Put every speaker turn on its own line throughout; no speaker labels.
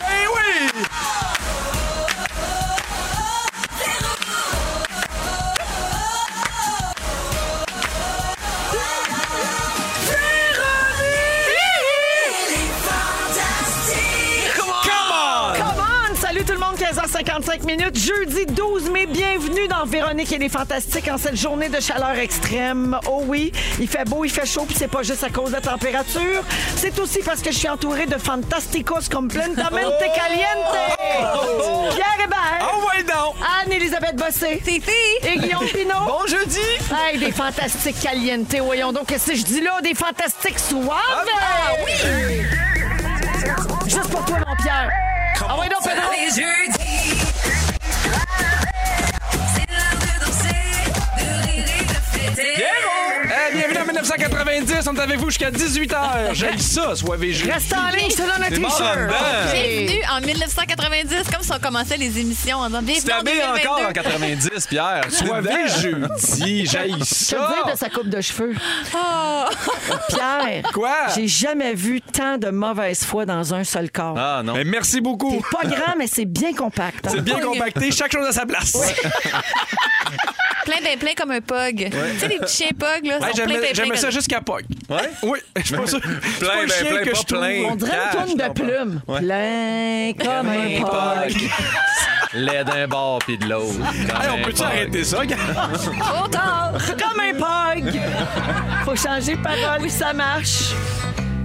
Eh oui! Come on! Salut tout le monde, 15h55 minutes, jeudi 12 mai, bienvenue dans Véronique et les Fantastiques en cette journée de chaleur extrême. Oh oui, il fait beau, il fait chaud, puis c'est pas juste à cause de la température, c'est aussi parce que je suis entourée de fantasticos completamente caliente. Pierre Hébert,
Oh ouais donc!
Anne-Élisabeth Bossé et Guillaume Pinot.
Bon jeudi!
Hey, des fantastiques caliente, voyons donc, qu'est-ce que je dis là? Des fantastiques suaves! Ah oui! Juste pour toi, mon Pierre! Ah oui, donc, Pedro.
Eh, bienvenue en 1990, on est avec vous jusqu'à 18h. J'aime ça, soyez jus.
Reste en ligne, je te donne un
C'est mort
t-shirt!
en dedans.
Ok.
Bienvenue en 1990, comme si on commençait les émissions en disant
Tu
bienvenue en
t'habilles
2022.
encore en 90, Pierre. Soyez jeudi, j'aille
Que dire
ça.
de sa coupe de cheveux? Ah. Pierre!
Quoi?
J'ai jamais vu tant de mauvaise foi dans un seul corps.
Ah non. Mais merci beaucoup.
Pas grand, mais c'est bien compact. hein?
C'est bien compacté, chaque chose à sa place.
Plein ben plein comme un pug. Tu sais, les petits chiens pug, là,
Ouais,
sont plein
J'aimais
ben plein
j'aimais ça
comme-
jusqu'à Pog. Ouais? Oui, je suis pas sûr. C'est pas
ben
le chien
plein,
que
pas
je trouve.
plein.
On dirait
Ah,
une tourne
je
de
comprends.
plumes. Plein comme un
Pog.
pog.
Lait d'un bord puis de l'autre.
Hey, on peut-tu arrêter ça? gars?
Trop tard! Comme un pog! Faut changer de parole, ça marche.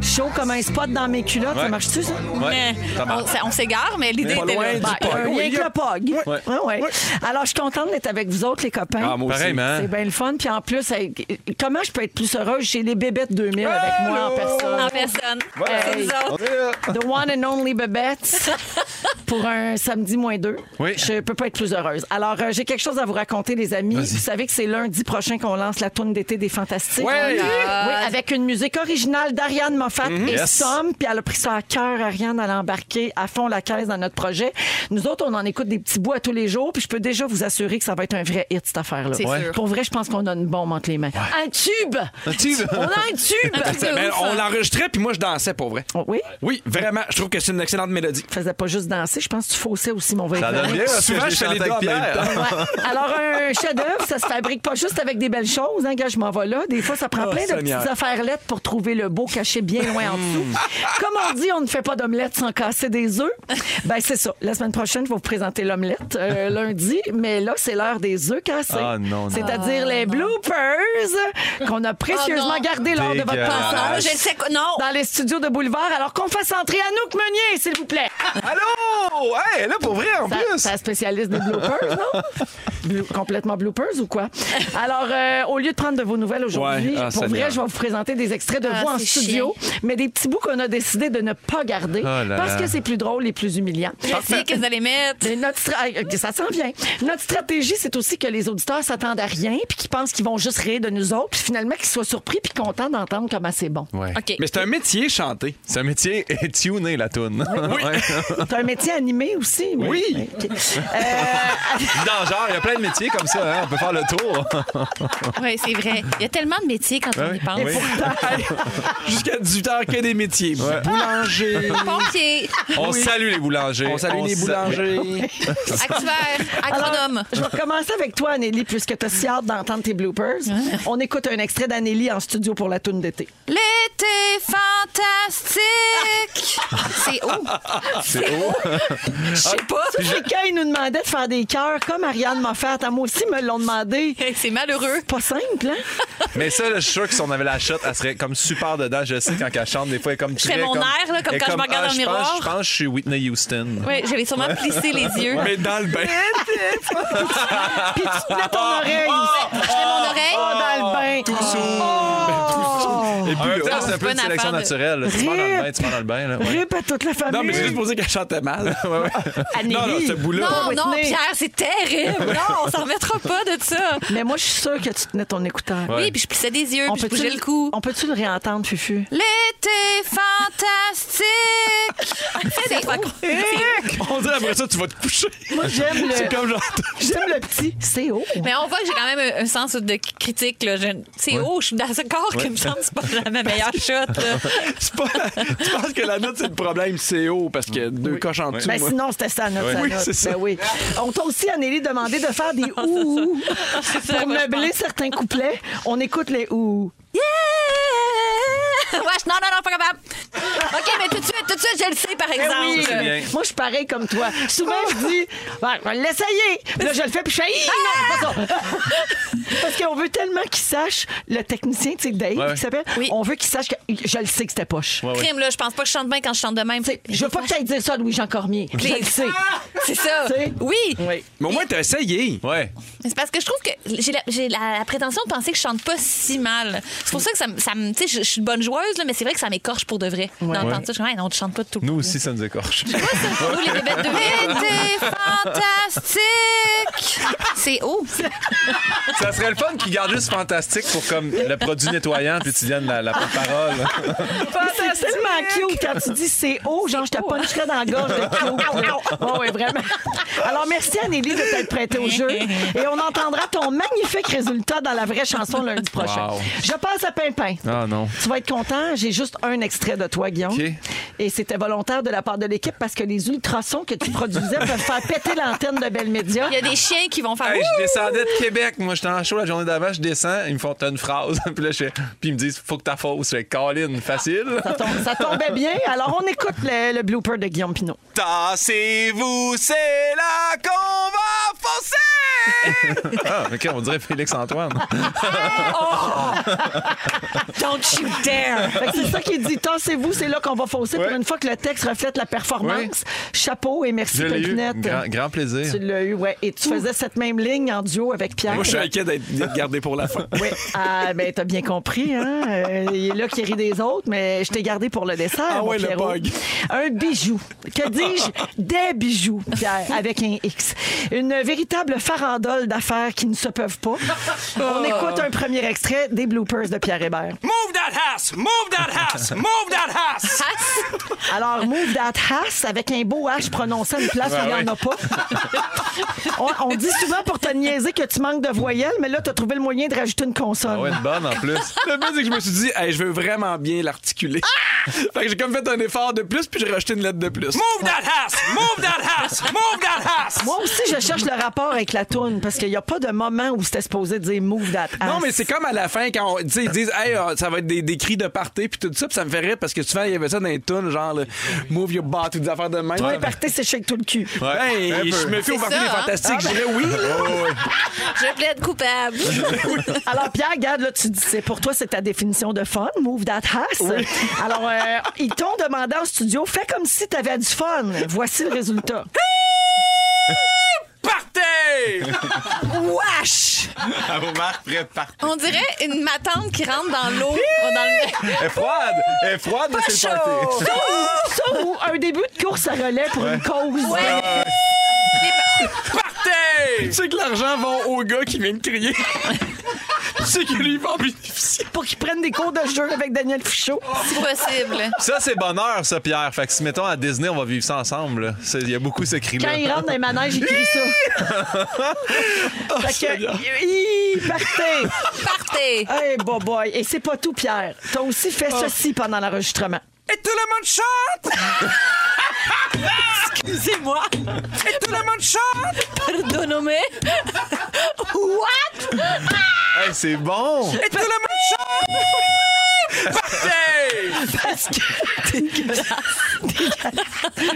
Chaud comme un spot dans mes culottes, ça
Ouais.
marche-tu, ça?
Mais
ça marche.
on s'est- on s'égare, mais l'idée
Pas
était
loin
là.
du
Bye.
pog.
Euh,
Oui,
rien
il y
que
a-
le pog.
Ouais.
Ouais, ouais. Alors, je suis contente d'être avec vous autres, les copains.
Ah, moi aussi.
Pareillement.
C'est bien le fun. Puis en plus, hey, comment je peux être plus heureuse chez les Bébêtes 2000 avec moi en personne?
En personne. C'est
Hey.
nous autres.
The one and only Bébête pour un samedi moins deux.
Oui.
Je peux pas être plus heureuse. Alors, euh, j'ai quelque chose à vous raconter, les amis. Vous savez que c'est lundi prochain qu'on lance la tourne d'été des Fantastiques.
Ouais. Mm-hmm.
Oui,
Ah.
avec une musique originale d'Ariane Moffat et
Yes.
Somme. Puis elle a pris ça à cœur, Ariane, à l'embarquer à fond la caisse dans notre projet. Nous autres, on en écoute des petits bouts à tous les jours. Puis je peux déjà vous assurer que ça va être un vrai hit, cette affaire-là.
C'est Ouais. sûr.
Pour vrai, je pense qu'on a une bombe entre les mains. Un tube!
Un tube.
On a un tube!
Un tube.
Ben,
ouf,
on
hein.
l'enregistrait, puis moi, je dansais pour vrai.
Oh, oui?
Oui, vraiment, je trouve que c'est une excellente mélodie.
faisais pas juste danser, je pense que tu faussais aussi mon vêtement.
Ça donne bien parce que
Souvent,
je
je fais
chante
les hein.
avec
deux en même
Pierre.
Ouais. Alors, un chef-d'œuvre, ça se fabrique pas juste avec des belles choses. Hein, gars, je m'en vais là. Des fois, ça prend
Oh,
plein de
Seigneur.
petites affaires lettres pour trouver le beau caché bien loin en dessous. Comme on dit, on ne fait pas d'omelette sans casser des œufs. Ben, c'est ça. La semaine prochaine, je vais vous présenter l'omelette euh, lundi. Mais là, c'est l'heure des œufs cassés.
Ah, non, non.
C'est-à-dire les bloopers qu'on a précieusement
Ah, non.
gardés lors de votre
Dégueulasse.
Ah,
passage
je le sais quoi- Non.
dans les studios de Boulevard. Alors qu'on fasse entrer Anouk Meunier, s'il vous plaît.
Allô! Hey, là, pour vrai, en
Ta-
plus!
ta spécialiste des bloopers, non? Blue- complètement bloopers ou quoi? Alors, euh, au lieu de prendre de vos nouvelles aujourd'hui,
Ouais, ah,
pour
Seigneur.
vrai, je vais vous présenter des extraits de
Ah,
vous en
c'est
studio, mais des petits bouts qu'on a décidé de ne pas garder
là
parce
là.
que c'est plus drôle et plus humiliant.
Qu'est-ce que vous allez mettre?
Mais notre stra- euh, ça s'en vient. Notre stratégie, c'est aussi que les auditeurs s'attendent à rien puis qu'ils pensent qu'ils vont juste rire de nous autres, puis finalement qu'ils soient surpris puis contents d'entendre comment c'est bon.
Ouais.
OK.
Mais c'est un métier chanté.
C'est un métier tuné, la toune. Oui.
C'est un métier animé aussi. mais-
Oui.
Ok. Euh,
Dans genre, il y a plein de métiers comme ça, hein, on peut faire le tour.
Oui, c'est vrai. Il y a tellement de métiers quand on y pense.
Oui.
Jusqu'à 18h, que des métiers. Boulanger.
Pompier,
On salue les boulangers.
On salue les
sa-
boulangers.
actuaire, agronome.
Je vais commencer avec toi, Anélie, puisque tu as si hâte d'entendre tes bloopers. On écoute un extrait d'Anélie en studio pour la toune d'été.
Ah.
L'été fantastique. C'est oh, haut.
C'est haut.
Je sais pas.
Ça, c'est quand ils nous demandaient de faire des cœurs, comme Ariane m'a fait. Moi aussi, ils me l'ont demandé.
C'est malheureux.
Pas simple, hein?
Mais ça, là, je suis sûr que si on avait la shot, elle serait comme super dedans. Je sais quand elle chante, des fois, elle est comme Je
fais mon air, là, comme quand je me regarde dans le miroir.
ah, Je pense que je suis Whitney Houston.
Oui, j'avais sûrement plissé les yeux.
Ah, Mais dans le bain.
Puis
Ah.
tu te mets ton oreille.
Je mets mon oreille.
dans le bain.
Tout sourd.
Et puis,
temps,
ouais,
c'est
c'est un peu
pas
une
une
sélection
affaire de-
naturelle. là. Tu te prends dans le bain, tu te prends dans le bain. Là. Ouais.
Rip à toute la famille.
Non, mais j'ai juste posé qu'elle chantait mal.
Anneli.
Non, non, ce bout-là.
Non, non,
Whitney.
Pierre, c'est terrible. Non, on s'en remettra pas de ça.
Mais moi, je suis sûre que tu tenais ton écouteur.
Ouais.
Oui, puis je plissais des yeux, puis je
peut-tu
bougeais le cou.
On peut-tu le réentendre, Fufu?
L'été fantastique. C'est des fois
On dit après ça, tu vas te coucher.
Moi, j'aime le,
C'est comme genre.
j'aime le petit. C'est haut.
Mais on voit que j'ai quand même un, un sens de critique. là. Je- C'est haut, je suis dans ce corps qui me semble c'est pas la meilleure chute. là.
C'est pas... Tu penses que la note, c'est le problème, c'est haut, parce que deux coches en dessous.
Ben
moi.
sinon, c'était ça, notre
Oui.
sa
Oui,
note.
c'est ça.
Ben oui. On t'a aussi, Anneli, demandé de faire des ouh
Ah, ça,
pour
moi, je
meubler certains couplets. On écoute les ouh.
Yeah! Wesh, non, non, non, pas capable. OK, mais tout de suite, tout de suite, je le sais, par exemple.
Eh oui.
c'est bien.
Moi, je suis pareil comme toi. Souvent, je dis, ben, je vais l'essayer. Là, je le fais, puis je fais, Hi, non, pas ça. Parce qu'on veut tellement qu'il sache, le technicien, tu sais, Dave,
Ouais, ouais.
qui s'appelle,
Oui.
on veut qu'il sache que je le sais que c'était poche.
Ouais, ouais.
Crime, là, je pense pas que je chante bien quand je chante de même.
Tu sais, Je veux pas que t'ailles dire ça, à Louis-Jean Cormier. Je le sais.
C'est ça.
Tu sais?
Oui.
Oui.
Mais au moins, t'as essayé.
Ouais.
Mais C'est parce que je trouve que j'ai la, j'ai la prétention de penser que je chante pas si mal. C'est pour ça que ça me. ça me- Tu sais, je- je suis une bonne joueuse, là, mais c'est vrai que ça m'écorche pour de vrai. D'entendre ça, je suis comme, Hey, non, tu chantes pas tout le
Nous
temps.
aussi, ça nous écorche.
Nous, les bébêtes de L'été fantastique! C'est haut.
ça serait le fun qu'ils gardent juste fantastique pour comme le produit nettoyant, puis tu viennes la, la porte-parole.
C'est tellement cute quand tu dis c'est haut, genre je te puncherais dans la gorge de cute. Oh, oui, vraiment. Alors merci Anneli de t'être prêtée au jeu et on entendra ton magnifique résultat dans la vraie chanson lundi prochain.
Wow.
Je passe à Pimpin.
Ah non.
Tu vas être content, j'ai juste un extrait de toi, Guillaume.
OK.
Et c'était volontaire de la part de l'équipe parce que les ultrasons que tu produisais peuvent faire péter l'antenne de Belle Média.
Il y a des chiens qui vont faire.
Hey,
Ouh!
je descendais de Québec. Moi, j'étais en show la journée d'avant. Je descends. Ils me font T'as une phrase. puis là, je fais- puis ils me disent Faut que ta fausse. Je fais Colin, facile.
Ça, tombe- ça tombait bien. Alors on écoute le, le blooper de Guillaume Pinot.
Tassez-vous, c'est là qu'on va foncer! ah, OK, on dirait Félix-Antoine.
Ah,
Don't you dare!
Fait que C'est ça qu'il dit. Tassez-vous, c'est là qu'on va fausser. Pour une fois que le texte reflète la performance.
Ouais.
Chapeau et merci,
Je l'ai eu.
Pimpinette.
Grand, grand plaisir.
Tu l'as eu, ouais. Et tu faisais cette même ligne en duo avec Pierre.
Moi, je suis inquiet d'être d'être gardé pour la fin.
Oui, ah, ben, t'as bien compris, hein? Euh, il est là qui rit des autres, mais je t'ai gardé pour le dessert.
Ah
mon
ouais, le
Pierrot.
bug.
Un bijou. Que dis-je? Des bijoux, Pierre, avec un X. Une véritable farandole d'affaires qui ne se peuvent pas.
Ah.
On écoute un premier extrait des bloopers de Pierre Hébert.
Move that house! Move that house! Move that house!
Alors, move that ass avec un beau H prononcé à une place où il n'y en a pas. on, on dit souvent pour te niaiser que tu manques de voyelles, mais là, tu as trouvé le moyen de rajouter une consonne.
Ah ouais, une bonne en plus.
Le but, c'est que je me suis dit, hey, je veux vraiment bien l'articuler. Fait que j'ai comme fait un effort de plus, puis j'ai rajouté une lettre de plus. Ah! Move that house! Move that house! Move that house!
Moi aussi, je cherche le rapport avec la toune parce qu'il n'y a pas de moment où c'était supposé de dire move that ass.
Non, mais c'est comme à la fin, quand on- tu sais, ils disent, hey, euh, ça va être des, des cris de party, puis tout ça, puis ça me fait rire, parce que souvent, il y avait ça dans les tunes, genre, le move your butt, ou des affaires de même.
Ouais, partez, c'est shake tout le cul.
Hey,
Un peu.
ben, je me fais au
C'est
parti
ça,
des
hein?
fantastiques, je dirais oui. là.
Je plaide coupable.
Alors, Pierre, regarde, là, tu dis, c'est pour toi, c'est ta définition de fun, move that ass. Alors, euh, ils t'ont demandé en studio, fais comme si tu avais du fun. Voici le résultat.
Partez!
Wesh!
À vos marques, prêt, parti.
On dirait une matante qui rentre dans l'eau. dans le-
Elle est froide. Elle est froide, mais c'est le party.
Ça ou- ça ou un début de course à relais pour une cause.
Partez! Tu sais que l'argent va au gars qui vient de crier. tu sais que lui, il va en bénéficier.
pour qu'ils prennent des cours de jeu avec Daniel Fichot.
Si possible.
Ça, c'est bonheur, ça, Pierre. Fait que si, mettons, à Disney, on va vivre ça ensemble. là. C'est- Il y a beaucoup ce
Quand
cri-là.
ils rentrent dans les manèges, ils crient ça. fait que, hi, partez!
Partez!
Hey, boy, boy. Et c'est pas tout, Pierre. T'as aussi fait ceci pendant l'enregistrement.
Et tout le monde chante!
Excusez-moi!
Et tout le monde chante!
Pardonnez-moi! What?
Hey, c'est bon.
Et tout le monde chante! Partez!
Parce que. Dégueulasse.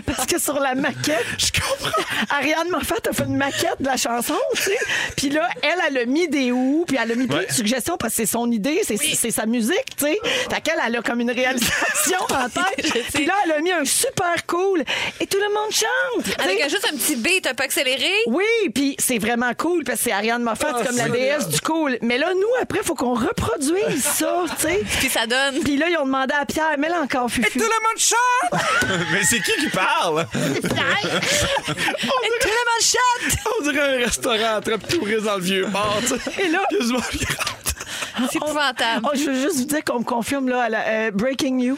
Parce que sur la maquette. Je comprends. Ariane Moffat a fait une maquette de la chanson, tu sais. Puis là, elle, elle a mis des ou, puis elle a mis plein
Ouais.
de suggestions parce que c'est son idée, c'est c'est sa musique, tu sais. Fait qu'elle, elle a comme une réalisation en tête. Puis là, elle a mis un super cool et tout le monde chante. tu sais.
Avec juste un petit beat un peu accéléré.
Oui, puis c'est vraiment cool parce que c'est Ariane Moffat, c'est comme la déesse du cool. Mais là, nous, après, il faut qu'on reproduise ça, tu sais.
Puis ça donne.
Puis là, ils ont demandé à Pierre, mets-le encore, Fufu.
le monde chante!
Mais c'est qui qui parle?
Tout le monde chante!
On dirait un restaurant entre touristes dans le vieux port, tu sais.
Et là-
Excuse-moi, je gratte.
C'est épouvantable.
Oh, je veux juste vous dire qu'on me confirme, là, à la- euh, breaking news,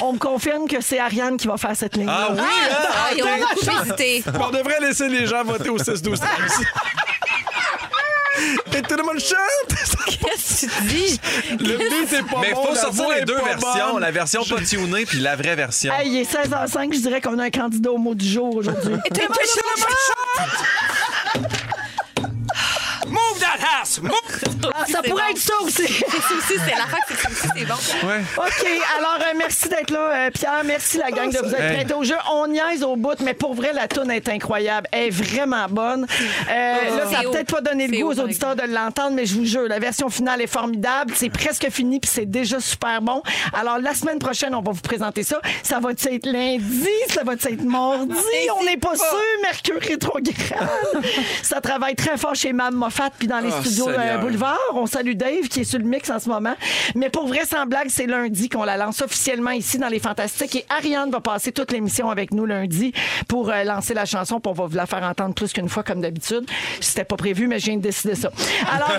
on me confirme que c'est Ariane qui va faire cette ligne
Ah oui, hein?
Ah, ils ont beaucoup hésité.
On devrait laisser les gens voter au 6-12-13. Et tout le monde chante!
Qu'est-ce que tu dis?
Le but est pas
Mais
bon,
faut
la
sortir
voix
les
est
deux
pas
versions,
bonne.
la version pas tunée puis la vraie version.
Hey, il est 16h05, je dirais qu'on a un candidat au mot du jour aujourd'hui.
Tout le monde chante!
Move that ass! Move!
Ah, ça
C'est
pourrait
bon.
être ça aussi.
C'est ça aussi, c'est la fac, c'est ça aussi, c'est bon.
OK, alors euh, merci d'être là, euh, Pierre. Merci la gang de vous être
Hey.
prêtés au jeu. On niaise au bout, mais pour vrai, la toune est incroyable. Elle est vraiment bonne. Euh, Là, ça
Oh, C'est
n'a
haut.
peut-être pas donné le
C'est
goût
haut,
aux
par
auditeurs de l'entendre, mais je vous jure, la version finale est formidable. C'est presque fini, puis c'est déjà super bon. Alors, la semaine prochaine, on va vous présenter ça. Ça va être lundi? Ça va être mardi? on n'est pas sûr. Mercure rétrograde. ça travaille très fort chez Mam Moffat, puis dans les
Oh,
studios euh,
Seigneur.
Boulevard. Boulevard. On salue Dave qui est sur le mix en ce moment. Mais pour vrai, sans blague, c'est lundi qu'on la lance officiellement ici dans les Fantastiques. Et Ariane va passer toute l'émission avec nous lundi pour euh, lancer la chanson. Puis on va vous la faire entendre plus qu'une fois comme d'habitude. C'était pas prévu, mais j'ai décidé ça. Alors, euh,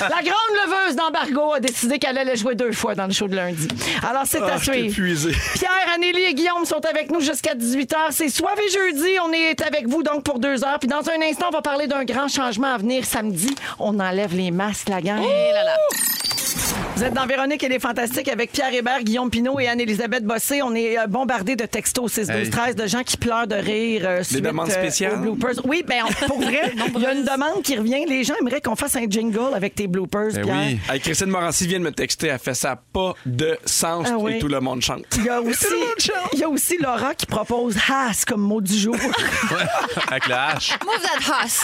la grande leveuse d'embargo a décidé qu'elle allait jouer deux fois dans le show de lundi. Alors, c'est à
Ah, je suis
suivre.
épuisé.
Pierre, Anélie et Guillaume sont avec nous jusqu'à 18h. C'est soir et jeudi. On est avec vous donc pour deux heures. Puis dans un instant, on va parler d'un grand changement à venir samedi. On enlève les masques, la
Oh!
gang. Vous êtes dans Véronique et les Fantastiques avec Pierre Hébert, Guillaume Pinot et Anne-Élisabeth Bossé. On est euh, bombardés de textos 6 12 13 de gens qui pleurent de rire. euh, suite,
demandes
euh,
spéciales.
aux bloopers. Oui, ben on- pour vrai, il y a une demande qui revient. Les gens aimeraient qu'on fasse un jingle avec tes bloopers,
Ben
Pierre.
oui.
Hey, Christine Morancy vient de me texter, elle fait ça pas de sens
Ah oui.
et tout le monde chante.
Il y, a aussi, il y a aussi Laura qui propose Haas comme mot du jour.
Ouais, Avec le H.
Move that house.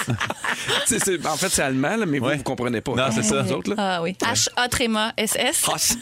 C'est- c'est- en fait, c'est allemand, là, mais vous,
Ouais.
vous comprenez pas.
Non,
Hein,
c'est ça.
vous autres, là.
Ah oui. H-A tréma S-S.
Hoss.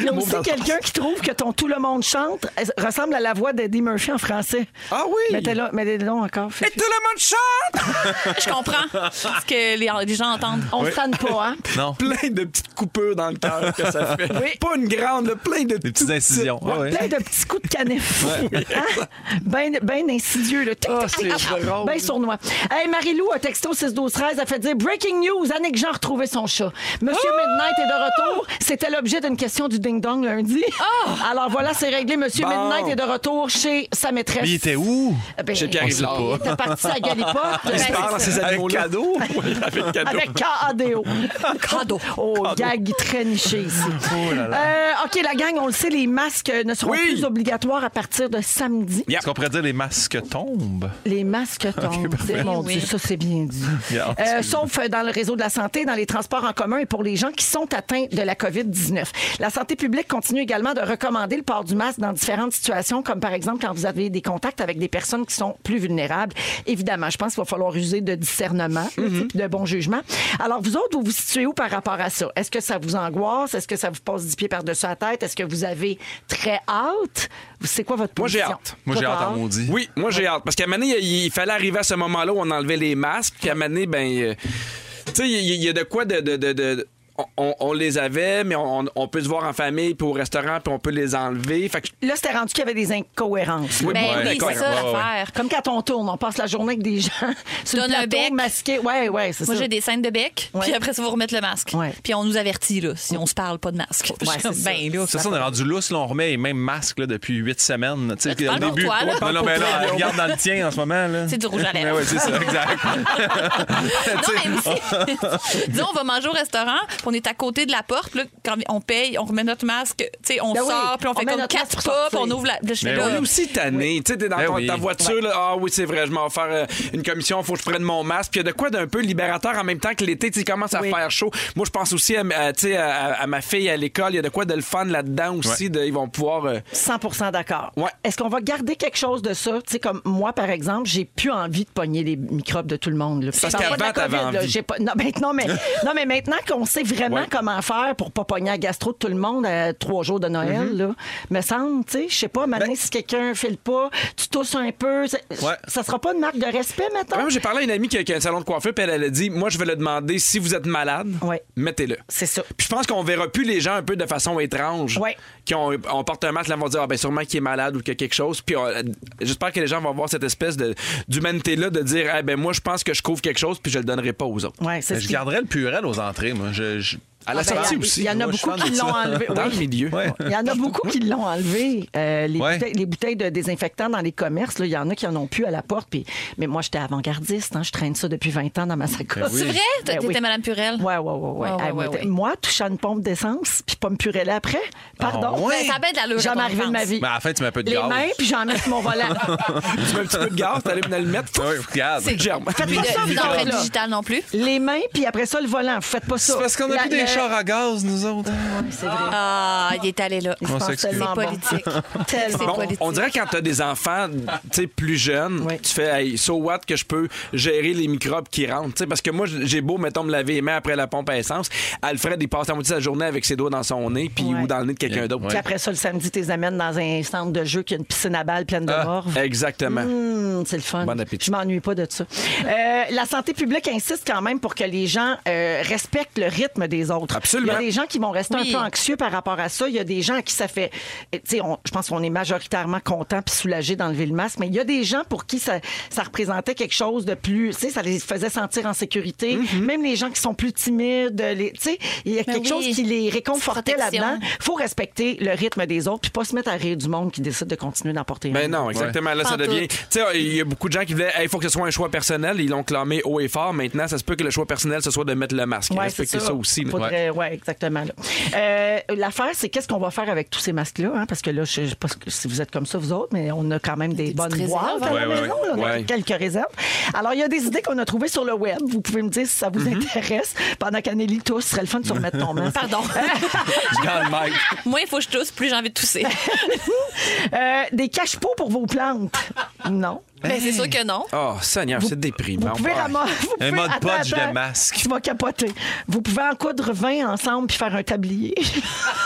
Il y a aussi quelqu'un qui trouve que ton Tout le monde chante elle ressemble à la voix d'Eddie Murphy en français.
Ah oui!
Mettez-le mettez-le encore.
Et tout le monde chante!
Je comprends ce que les, les gens entendent.
On ne tanne pas, hein?
Non.
Plein de petites coupures dans le cœur que ça fait.
Oui.
Pas une grande, là, plein de
Des petites incisions. Ah ouais.
Plein de petits coups de canif. Hein? Ben, ben insidieux, le tic,
Ah,
tic, tic,
c'est
tic.
drôle.
Ben sournois. Hey, Marie-Lou, un texto 6-12-13 a fait dire Breaking news, Annick Jean a retrouvé son chat. Monsieur
Oh!
Midnight est de retour. C'était l'objet d'une question du ding-dong lundi. Alors voilà, c'est réglé. Monsieur
Ah! Bon.
Midnight est de retour chez sa maîtresse.
Mais il était où?
Ben,
Chez Pierre
on
Yves
sait
Lard.
pas. Il était parti à Galipote.
Il se
Ben,
parle à
c'est
ces
Avec
animaux-là.
cadeau?
Oui, avec cadeau.
Avec K-A-D-O. Cadeau. Oh, gag très niché ici. Euh, OK, la gang, on le sait, les masques ne seront
Oui.
plus obligatoires à partir de samedi.
Yeah.
Est-ce qu'on pourrait dire les masques tombent?
Les masques tombent. C'est- Mon
Oui.
Dieu, ça, c'est bien dit.
Bien.
Euh, sauf euh, dans le réseau de la santé, dans les transports en commun et pour les gens qui sont atteints de la COVID-19. La santé publique continue également de recommander le port du masque dans différentes situations, comme par exemple quand vous avez des contacts avec des personnes qui sont plus vulnérables. Évidemment, je pense qu'il va falloir user de discernement là,
Mm-hmm.
tu sais, puis de bon jugement. Alors, vous autres, vous vous situez où par rapport à ça? Est-ce que ça vous angoisse? Est-ce que ça vous passe du pied par-dessus la tête? Est-ce que vous avez très hâte? C'est quoi votre
Moi, j'ai
position?
hâte.
Moi, j'ai
Toi,
hâte
t'as
à maudit.
Oui, moi j'ai hâte. Parce qu'à Mané, il, il fallait arriver à ce moment-là où on enlevait les masques. Puis à Mané, ben. euh, tu sais, il, il y a de quoi de. de- de- de- on- on, on les avait, mais on, on peut se voir en famille, puis au restaurant, puis on peut les enlever. Fait que,
Là, c'était rendu qu'il y avait des incohérences. là.
Oui,
Ben
ouais,
oui,
d'accord.
c'est ça
Ouais, ouais.
l'affaire.
Comme quand on tourne, on passe la journée avec des gens sur le
Donne un
plateau
bec.
masqués. Ouais, ouais, c'est ça.
Moi, j'ai des scènes de bec,
Ouais.
puis après, ça, vous remettre le masque.
Ouais.
Puis on nous avertit, là, si on se parle pas de masque.
Ouais, c'est
Je suis comme,
ça.
ben, là.
C'est ça, on est rendu lousse, là, on remet les mêmes masques là, depuis huit semaines. Tu sais,
tu
au
parles pour
début.
toi, là?
non, non, mais là, regarde dans le tien en ce moment. là.
C'est du rouge à lèvres.
Ouais, ouais, c'est ça, exact.
Non, mais aussi, disons, on va manger au restaurant, puis on est à côté de la porte, puis là, quand on paye, on remet notre masque, tu sais, on
Ben oui,
sort, puis on
on
fait
met
comme
notre masque
quatre
pour
pas, puis
sortir.
on ouvre la. là, je fais
Mais
là,
On est Ben aussi tanné. Tu sais, t'es dans
Ben
ton-
oui.
ta voiture, là, ah oui, c'est vrai, je m'en vais faire euh, une commission, faut que je prenne mon masque. Puis il y a de quoi d'un peu libérateur en même temps que l'été, tu sais, il commence à
Oui.
faire chaud. Moi, je pense aussi à, à, tu sais, à- à- à ma fille à l'école, il y a de quoi de le fun là-dedans aussi. de- ils vont pouvoir. euh,
100 d'accord.
Ouais.
Est-ce qu'on va garder quelque chose de ça? Tu sais, comme moi, par exemple, j'ai plus envie de pogner les microbes de tout le monde. là. Puis
Parce
je parle pas ben,
qu'avant,
de la
t'avais
COVID, là.
envie.
J'ai pas- Non, maintenant, mais, non, mais maintenant qu'on sait vraiment vraiment
Ouais.
comment faire pour pas pogner à gastro de tout le monde à trois jours de Noël,
Mm-hmm.
là. Me semble, tu sais, je sais pas, maintenant,
Ben-
si quelqu'un file pas, tu tousses un peu, ça,
Ouais.
ça sera pas une marque de respect, maintenant.
Même j'ai parlé à une amie qui a, qui a un salon de coiffure, puis elle, elle a dit Moi, je vais le demander, si vous êtes malade,
Ouais.
mettez-le.
C'est ça.
Puis je pense qu'on verra plus les gens un peu de façon étrange.
Ouais.
Qui ont, on porte un masque, là, on va dire, ah, ben, sûrement qu'il est malade ou qu'il y a quelque chose. Puis on- j'espère que les gens vont avoir cette espèce de- d'humanité-là de dire, ah ben, moi, je pense que je couvre quelque chose, puis je le donnerai pas aux autres.
Ouais, c'est
Mais
ce
Ben, Je
qui-
garderais le purel aux entrées, moi. Je, je-
À la
Ah, ben,
sortie
il y a-
aussi.
Il y en a
Moi, je
beaucoup
suis
qui
fan de
l'ont
ça.
enlevé.
Dans
oui.
le milieu.
Ouais.
Il y en a beaucoup qui l'ont enlevé. Euh, les,
Ouais.
bouteilles, les bouteilles de désinfectant dans les commerces, là, il y en a qui en ont plus à la porte. Puis, mais moi, j'étais avant-gardiste. hein. je traîne ça depuis 20 ans dans ma sacoche.
Ben oui.
C'est vrai?
Ben
T'étais
oui.
Madame Purel?
Ouais, ouais, ouais, ouais.
Ouais, ouais,
Ah, moi,
ouais, ouais.
Moi, touchant une pompe d'essence, puis pas me pureler après. Pardon.
Ah, ouais? Ben,
Ben, ça a bien de l'allure,
Jamais
quand on
arrivé de
pense.
ma vie.
Mais à la fin, tu mets un peu de
les
gaz.
mains, puis j'en mets sur mon volant.
tu mets un petit peu de gaz, t'allais venir le mettre.
Ouais, regarde.
C'est germe.
Faites
Puis
pas
de-
ça,
puis
vous
d'empreinte
autres, là.
digitale non plus.
Les mains, puis après ça, le volant. Vous faites pas ça.
C'est parce qu'on a
La-
plus des
le-
chars à gaz, nous autres.
C'est vrai.
Ah, il est allé là.
Il se
On
passe
s'excuse.
tellement bon.
Politique.
Tellement.
C'est
Bon,
politique.
on dirait quand t'as des enfants, tu sais, plus jeunes,
Oui.
tu fais, hey, so what que je peux gérer les microbes qui rentrent, tu sais, parce que moi j'ai beau mettons me laver les mains après la pompe à essence, Alfred il passe la moitié de sa journée avec ses doigts dans son nez puis
Ouais.
ou dans le nez de quelqu'un d'autre.
Puis après ça, le samedi, tu les amènes dans un centre de jeu qui a une piscine à balles pleine de
Ah.
morts.
Exactement.
Hum, c'est le fun.
Bon appétit.
Je m'ennuie pas de ça. Euh, la santé publique insiste quand même pour que les gens euh, respectent le rythme des autres.
Absolument.
Il y a des gens qui vont rester
Oui.
un peu anxieux par rapport à ça. Il y a des gens à qui ça fait. Tu sais, on- je pense qu'on est majoritairement contents puis soulagés d'enlever le masque, mais il y a des gens pour qui ça, ça représentait quelque chose de plus. Tu sais, ça les faisait sentir en sécurité.
Mm-hmm.
Même les gens qui sont plus timides, les- tu sais, il y a
Mais
quelque
Ben oui.
chose qui les réconfortait
Protection.
là-dedans. faut respecter le rythme des autres puis pas se mettre à rire du monde qui décide de continuer d'en porter un.
Ben non, exactement. Là, ça
Pas
devient. Tu
toutes.
sais, il y a beaucoup de gens qui voulaient. Il faut que ce soit un choix personnel. Ils l'ont clamé haut et fort. Maintenant, ça se peut que le choix personnel, ce soit de mettre le masque.
Ouais,
Respectez
c'est
ça. aussi. là. Ouais.
Faudrait- ouais. exactement. là. Euh, L'affaire, c'est qu'est-ce qu'on va faire avec tous ces masques-là? hein, Parce que là, je ne sais pas si vous êtes comme ça, vous autres, mais on a quand même des, bonnes
petites
boîtes à
réserves,
la
hein? Ouais,
maison, là, on a
ouais.
quelques réserves. Alors, il y a des idées qu'on a trouvées sur le web. Vous pouvez me dire si ça vous intéresse. Pendant qu'Anneli tousse, ce serait le fun de se remettre ton masque.
Pardon.
Je garde le mic.
Moins il faut que je tousse, plus j'ai envie de tousser.
Ben Euh, des cache-pots pour vos plantes. Non.
Mais c'est sûr que non.
Oh, Seigneur, c'est déprimant.
Vous pouvez
Ouais.
ramasser. vous
Un
pouvez-
mode
attends,
podge de
attends,
masque.
Tu vas capoter. Vous pouvez en coudre 20 ensemble puis faire un tablier.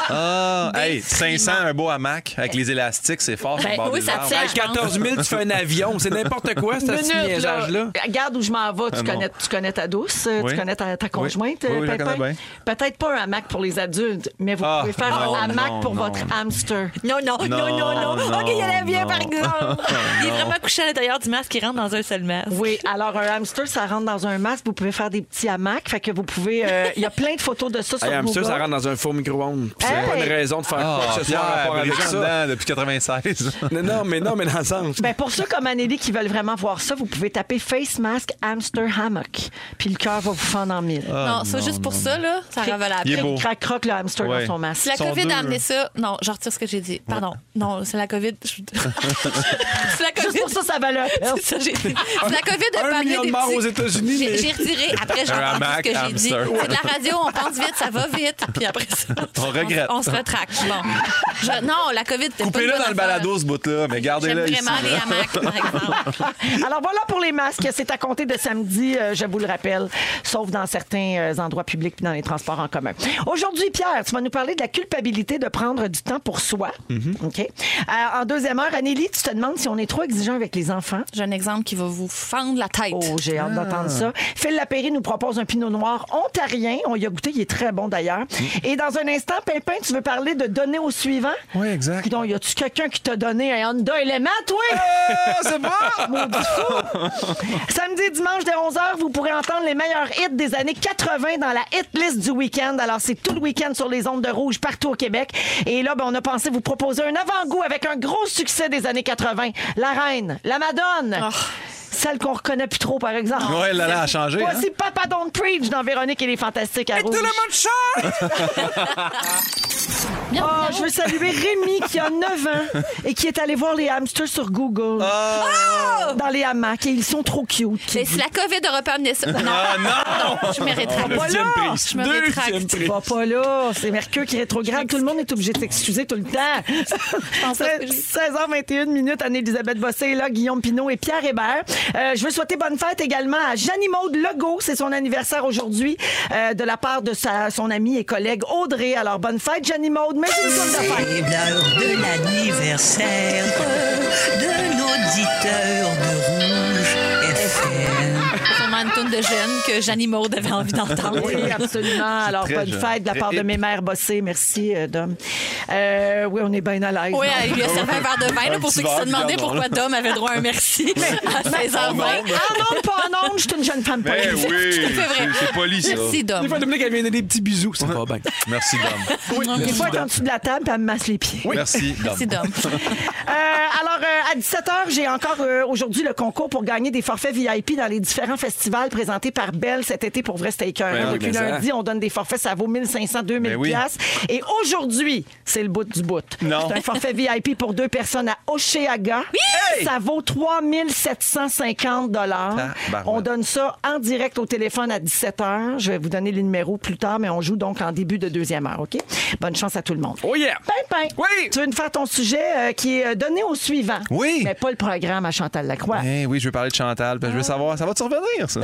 Ah, hey, 500, un beau hamac avec les élastiques, c'est fort. sur le bord
Ben oui,
des
ça
arbres.
tient.
Hey, 14 000, tu fais un avion. C'est n'importe quoi, ce
Minute,
petit
là.
niaisage-là.
Regarde où je m'en vais. Tu,
Ah,
connais,
non.
tu connais ta douce, euh,
Oui.
tu connais ta, ta
Oui.
conjointe,
Oui,
euh,
oui, je la
Pimpin?
connais bien.
Peut-être pas un hamac pour les adultes, mais vous
Ah,
pouvez faire
non,
un hamac
non,
pour
non.
votre hamster.
Non, non, non, non, non.
non,
OK, il allait bien,
non.
par exemple. Il est vraiment couché à l'intérieur du masque, il rentre dans un seul masque.
Oui, alors un hamster, ça rentre dans un masque. Vous pouvez faire des petits hamacs. Fait que vous pouvez. euh, Il y a plein de photos de ça sur
Hey, Ah, I'm sûr
Google.
ça rentre dans un faux micro-ondes. Puis C'est
Hey!
pas une raison de faire
Ah,
quoi que ce soit en
Pierre,
rapport avec
les gens
ça.
dedans depuis 96.
Non, non, mais non, mais dans le sens.
Ben, pour ceux comme Anneli qui veulent vraiment voir ça, vous pouvez taper face mask hamster hammock. Puis le cœur va vous fendre en mille.
non, ça, juste pour ça, là, ça ravale la
Ah. Il est
peine.
beau.
Crac croc le hamster
Ouais.
dans son masque.
Si la
Ils sont
COVID
deux.
a amené ça, non, je retire ce que j'ai dit. Pardon. Non, c'est la COVID. Je- si la COVID.
Juste pour ça, ça va le.
C'est ça, j'ai dit. Si la COVID a pas
Un
amené
million de
des
morts
petits-
aux États-Unis,
J'ai
mais.
j'ai retiré. Après, j'ai
Un
entendu ce
hamac,
que j'ai dit.
hamster.
C'est de la radio, on pense vite, ça va vite. Puis après ça,
On regrette.
On, se retracte. Bon. Je- non, la COVID, c'était pas une
Coupez-le
bonne
dans le
affaire.
balado, ce bout-là, mais
J'aime
gardez-le ici.
vraiment les hamacs, par exemple.
Alors voilà pour les masques. C'est à compter de samedi, euh, je vous le rappelle, sauf dans certains euh, endroits publics puis dans les transports en commun. Aujourd'hui, Pierre, tu vas nous parler de la culpabilité de prendre du temps pour soi.
Mm-hmm.
OK. Euh, en deuxième heure, Anélie, tu te demandes si on est trop exigeant avec les enfants.
J'ai un exemple qui va vous fendre la tête.
Oh, j'ai hâte
ah.
d'entendre ça. Phil Lapéry nous propose un pinot noir ontarien. On y a goûté, il est très bon d'ailleurs.
Mm.
Et dans un instant, Pimpin, tu veux parler de donner au suivant?
Oui, exact.
Donc, y a-tu quelqu'un qui t'a donné un Honda Element, toi?
Ah, c'est bon!
Maudit fou! Samedi et dimanche dès 11h, vous pourrez entendre les meilleurs hits des années 80 dans la hit list du week-end. Alors, c'est tout le week-end sur les ondes de rouge partout au Québec. Et là, ben, on a pensé vous proposer un avant-goût avec un gros succès des années 80. La Reine, la Madone, celle qu'on reconnaît plus trop, par exemple.
Ouais, là, là, a changé. hein?
Voici Papa Don't Preach dans Véronique et les Fantastiques à Rouge.
Tout le monde chante!
Ah, je veux saluer Rémi qui a 9 ans et qui est allé voir les hamsters sur Google.
Ah!
Dans les hamacs. Et ils sont trop cute.
Mais si la COVID a repermis ça. Non,
Ah non!
je me rétracte.
Voilà!
Je me rétracte.
Tu vas pas là. C'est Mercure qui rétrograde. Tout le monde est obligé de s'excuser tout le temps.
pensais que j'ai-
16h21 minutes. Anne-Elisabeth Bossé est là, Guillaume Pinot et Pierre Hébert. Euh, je veux souhaiter bonne fête également à Janie Maude Legault. C'est son anniversaire aujourd'hui euh, de la part de sa, son amie et collègue Audrey. Alors, bonne fête, Janie Maude. Mais j'ai une couple de fête.
C'est l'heure de l'anniversaire de l'auditeur de Rouge FM.
C'est vraiment une toune de jeunes que Jeannie Maud avait envie d'entendre.
Oui, absolument. Alors,
très
bonne
jeune.
fête de la part de mes mères bossées. Merci, euh, Dom. Euh, oui, on est bien à l'aise.
Oui,
Non?
elle lui a servi un verre de vin là, pour
petit
ceux qui se
verre,
demandaient
pardon, là.
pourquoi Dom avait droit à un merci à 16h20.
En onde, pas en onde, je suis une jeune femme
Ben
polie.
oui!
C'est vrai.
C'est- C'est poli, ça.
Merci,
Des
Dom.
fois, Dominique, elle vient donner des petits bisous. Ça va bien.
Merci, Dom.
Des fois, elle est en dessous de la table puis elle me masse les pieds.
Merci, Dom.
Merci, Dom.
Euh, alors, euh, à 17h, j'ai encore euh, aujourd'hui le concours pour gagner des forfaits VIP dans les différents festivals présentés par Belle cet été pour Vrai Staker.
Ben oui,
Depuis
mais ça.
lundi, on donne des forfaits, ça vaut 1500, 2000
Ben oui.
piastres. Et aujourd'hui, c'est le bout du bout.
Non.
C'est un forfait VIP pour deux personnes à Oceaga. Ça vaut 3750 dollars.
Tabarouette.
On donne ça en direct au téléphone à 17h. Je vais vous donner les numéros plus tard, mais on joue donc en début de deuxième heure, OK? Bonne chance à tout le monde.
Oh yeah!
Pimpin.
Oui.
Tu veux nous faire ton sujet euh, qui est euh, donné au suivant.
Oui.
Mais pas le programme à Chantal Lacroix.
Eh oui, je veux parler de Chantal. parce que je veux savoir, ça va-tu revenir, ça?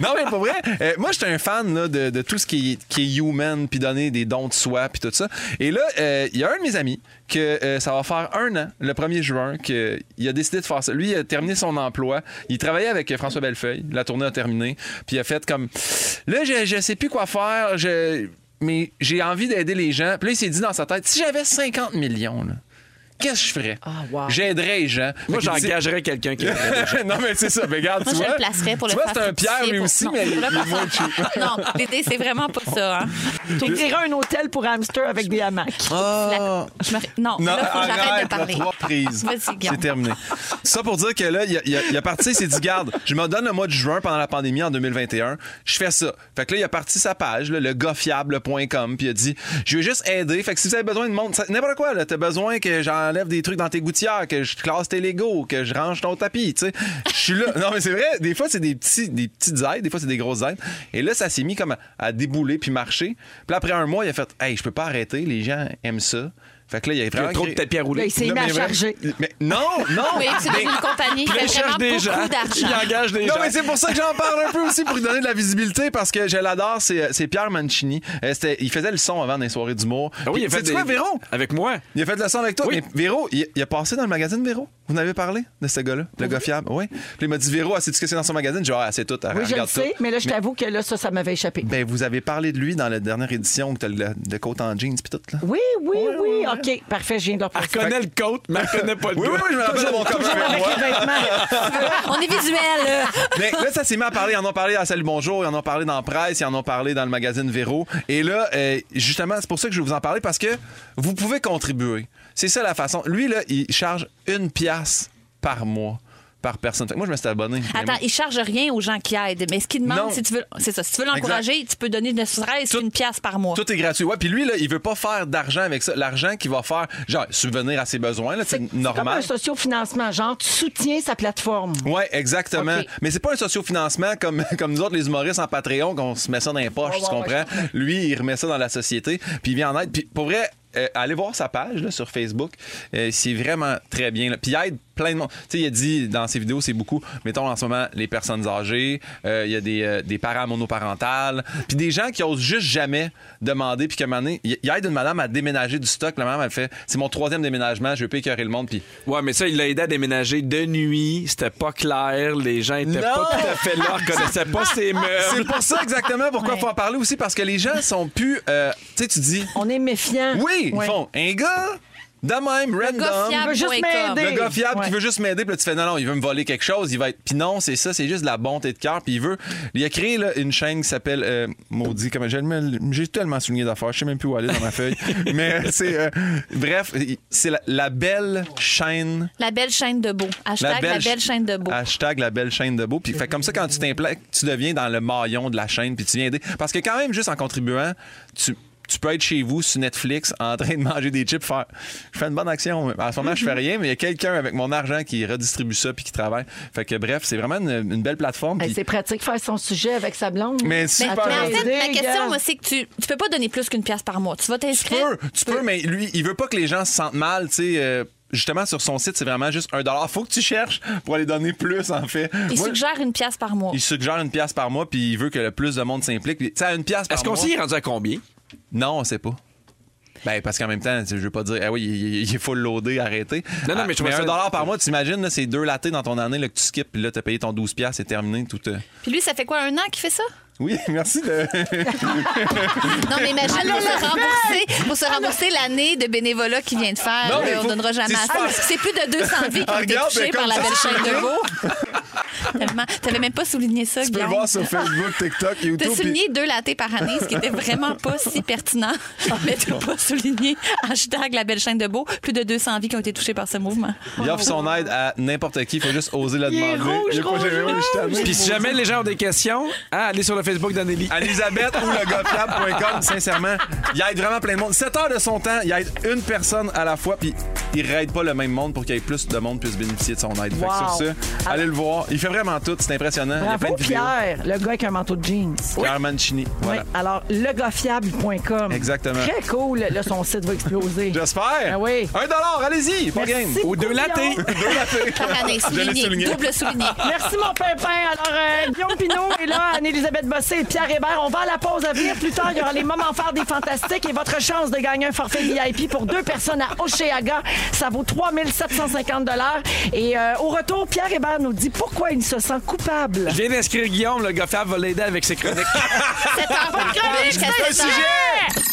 non, mais pour vrai, euh, moi, j'étais un fan là, de, de tout ce qui est, qui est human, puis donner des dons de soi, puis tout ça. Et là, euh, il y a un de mes amis que euh, ça va faire un an, le 1er juin, qu'il a décidé de faire ça. Lui, il a terminé son emploi. Il travaillait avec euh, François Bellefeuille. La tournée a terminé. Puis il a fait comme, là, je, je sais plus quoi faire, je- mais j'ai envie d'aider les gens. Puis là, il s'est dit dans sa tête, si j'avais 50 millions, là, qu'est-ce que je ferais?
wow.
J'aiderais les gens.
Moi,
Fait qu'il dit-
j'engagerais quelqu'un qui.
non, mais c'est ça. Mais regarde,
Moi,
tu
je
vois.
le placerais pour le
Tu vois,
faire
c'est un Pierre,
fructifier
lui
pour-
aussi,
Non,
mais il
je
est
le prends
moins cheap.
pas. Non, l'idée, c'est vraiment pas ça. hein.
J'écrirai un hôtel pour hamster avec des hamacs.
Ah.
La- je me- Non,
Non,
là, faut que j'arrête
arrête,
de
là,
parler.
trois prises.
Vas-y, Guillaume.
C'est terminé. Ça pour dire que là, il a, il a- il a parti, il s'est dit, garde, je me donne le mois de juin pendant la pandémie en 2021, je fais ça. Fait que là, il a parti sa page, là, le goffiable.com, puis il a dit, je veux juste aider. Fait que si vous avez besoin de monde, ça- n'importe quoi, là, t'as besoin que j'enlève des trucs dans tes gouttières, que je classe tes Legos, que je range ton tapis, tu sais. Je suis là. Non, mais c'est vrai, des fois, c'est des, petits, des petites aides, des fois, c'est des grosses aides. Et là, ça s'est mis comme à, à débouler puis marcher. Puis là, après un mois, il a fait, hey, je peux pas arrêter, les gens aiment ça. Fait que là, il a
Il y
vraiment
a trop de
créé-
tapis à
Là,
rouler.
Ben, il s'est
non,
mis à
mais vrai-
charger.
Mais non, non.
Oui, c'est dans une compagnie qui
Il
fait
cherche
vraiment
des gens.
beaucoup
Il
d'argent.
engage des
Non,
gens.
mais c'est pour ça que j'en parle un peu aussi, pour lui donner de la visibilité, parce que je l'adore, c'est c'est Pierre Mancini. Euh, c'était- il faisait le son avant des soirées d'humour.
Ah oui, il a fait
C'est
des-
quoi, Véro?
Avec moi.
Il a fait de la son avec toi.
Oui.
Mais Véro, il, il a passé dans le magazine Véro. Vous en avez parlé de ce gars-là, le gars fiable. Oui. Puis il m'a dit Véro, ah, sais-tu ce que c'est dans son magazine? Genre, ah, c'est tout.
Oui, je le
regarde ça.
sais, mais là, je t'avoue que là, ça, ça m'avait échappé.
Ben, vous avez parlé de lui dans la dernière édition où t'as le, le coat en jeans puis tout, là.
Oui, oui, oui. OK, parfait, je viens de leur
Elle reconnaît le coach, mais elle reconnaît pas le
Oui, oui,
gars.
oui, je me rappelle de mon copain avec moi.
On est visuel.
Mais là, ça s'est mis à parler. Ils en ont parlé à Salut Bonjour, ils en ont parlé dans la presse, ils en ont parlé dans le magazine Véro. Et là, euh, justement, c'est pour ça que je vais vous en parler parce que vous pouvez contribuer. C'est ça la façon. Lui, là, il charge une pièce par mois, par personne. Fait que moi, je me suis abonné.
Attends, il charge rien aux gens qui aident, mais ce qu'il demande,
Non.
si tu veux, c'est ça. Si tu veux l'encourager, tu peux donner ne serait-ce
Tout-
qu'une pièce par mois.
Tout est gratuit. Ouais, puis lui, là, il veut pas faire d'argent avec ça. L'argent qu'il va faire, genre, subvenir à ses besoins, là, c'est
Comme
normal.
un sociofinancement, genre, tu soutiens sa plateforme.
Oui, exactement.
Hein? Ok.
Mais c'est pas un sociofinancement comme, comme nous autres, les humoristes en Patreon, qu'on se met ça dans les poches,
Ouais,
tu
ouais,
comprends?
ouais,
Lui, il remet ça dans la société, puis il vient en aide. Puis pour vrai, euh, allez voir sa page là, sur Facebook. Euh, c'est vraiment très bien. là. Puis il aide plein de monde. Tu sais, il a dit dans ses vidéos, c'est beaucoup, mettons en ce moment, les personnes âgées, euh, il y a des, euh, des parents monoparentales, puis des gens qui osent juste jamais demander, puis qu'à un moment donné, il il aide une madame à déménager du stock. La madame, elle fait, c'est mon troisième déménagement, je veux pas écœurer le monde, puis
Ouais, mais ça, il l'a aidé à déménager de nuit. C'était pas clair. Les gens étaient
Non!
pas tout à fait là. connaissaient pas ses meubles.
C'est pour ça exactement pourquoi il faut en parler aussi, parce que les gens sont plus. euh, tu sais, tu dis.
On est méfiants.
Oui, ils
Ouais.
font un gars, de même,
gars
random.
fiable.
Il veut juste
Point
m'aider.
Le gars fiable
Ouais.
qui veut juste m'aider, puis là, tu fais non, non, il veut me voler quelque chose, il va être. Puis non, c'est ça, c'est juste de la bonté de cœur, puis il veut. Il a créé là, une chaîne qui s'appelle euh, Maudit, comment j'ai j'ai tellement souligné d'affaires, je sais même plus où aller dans ma feuille. Mais euh, c'est. euh, bref, c'est la, la belle chaîne
La belle chaîne de beau. Hashtag la belle, chaîne de beau.
Hashtag la belle chaîne de beau. Puis fait comme ça, quand tu t'impliques, tu deviens dans le maillon de la chaîne, puis tu viens aider. Parce que quand même, juste en contribuant, tu, tu tu peux être chez vous sur Netflix en train de manger des chips, faire je fais une bonne action. En ce moment, je fais
Mm-hmm.
rien, mais il y a quelqu'un avec mon argent qui redistribue ça puis qui travaille. Fait que bref, c'est vraiment une, une belle plateforme.
Hey,
puis-
c'est pratique faire son sujet avec sa blonde.
mais
Mais,
super.
mais en fait,
Dégueulasse.
ma question, moi, c'est que tu, tu peux pas donner plus qu'une pièce par mois. Tu vas
Tu
t'inscrire.
peux, tu peux, mais lui, il veut pas que les gens se sentent mal, tu sais. euh, justement, sur son site, c'est vraiment juste un dollar. Faut que tu cherches pour aller donner plus, en fait.
Il
Moi,
suggère une pièce par mois.
il suggère une pièce par mois, puis il veut que le plus de monde s'implique. Puis, Tu sais, à une pièce par
Est-ce qu'on
mois.
s'y est rendu à combien?
Non, on sait pas. Ben, parce qu'en même temps, tu sais, je veux pas dire, ah oui, il, il- il faut le loader, arrêter.
Non, non,
Ah,
mais je trouvais
un
ça-
dollar par mois, t'imagines, là, c'est deux latés dans ton année là, que tu skips, puis là, t'as payé ton 12$, piastres, c'est terminé, tout. euh.
Puis lui, ça fait quoi, un an qu'il fait ça?
Oui, merci de.
Non,
Ah,
mais imagine pour se rembourser, pour se rembourser l'année de bénévolat qu'il vient de faire.
Non, mais
là, on
faut-
donnera jamais
c'est
assez.
super.
Parce que C'est plus de 200 vies qui ont
Ah,
été
regarde,
touchées
ben, comme
par la
ça,
belle
c'est
chaîne de
vrai.
Beau. Tellement. T'avais même pas souligné ça,
tu peux le
Guillaume.
voir sur Facebook, TikTok,
T'as
YouTube. puis-
souligné deux latés par année, ce qui était vraiment pas si pertinent. Mais t'as pas souligné hashtag la belle chaîne de Beau. Plus de 200 vies qui ont été touchées par ce mouvement.
Il offre son aide à n'importe qui, il faut juste oser la
Il est
demander.
rouge,
Il est pas
rouge,
gêné, je suis tanné.
Puis si jamais les gens ont des questions, hein, allez sur le Facebook d'Anneli.
Elisabeth ou legotfiable.com, sincèrement, il aide vraiment plein de monde. 7 heures de son temps, il aide une personne à la fois, puis il raide pas le même monde pour qu'il y ait plus de monde puisse bénéficier de son aide. Fait que
Wow.
sur ça, allez le voir. Il fait vraiment tout, c'est impressionnant. il y a plein
Bravo
de vidéos.
Pierre, le gars avec un manteau de jeans.
Pierre Mancini. Voilà.
Oui, alors, legafiable.com.
Exactement.
Très cool. Là, son site va exploser.
J'espère.
Ah oui.
Un dollar, allez-y, pas
Merci
game.
beaucoup,
Ou deux
Guillaume.
latés.
Deux latés.
Par année,
Je l'ai
souligné.
souligné.
Double souligné.
Merci, mon pimpin. Alors, euh, Guillaume Pinot est là, Anne-Elisabeth Bossé et Pierre Hébert. On va à la pause à venir plus tard. Il y aura les moments forts des Fantastiques et votre chance de gagner un forfait VIP pour deux personnes à Oceaga. Ça vaut 3750 Et euh, au retour, Pierre Hébert nous dit pourquoi il se sent coupable.
Je viens d'inscrire Guillaume, le gars fiable va l'aider avec ses chroniques.
7 heures par
Chronique,
année jusqu'à
c'est
7 heures.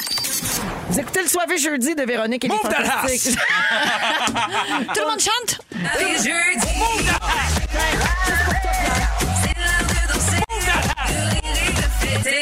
Vous écoutez le soirée jeudi de Véronique et les
Move ta
Fantastiques.
Tout le monde chante.
Les jeudis. C'est l'heure de danser, de rire et de fêter.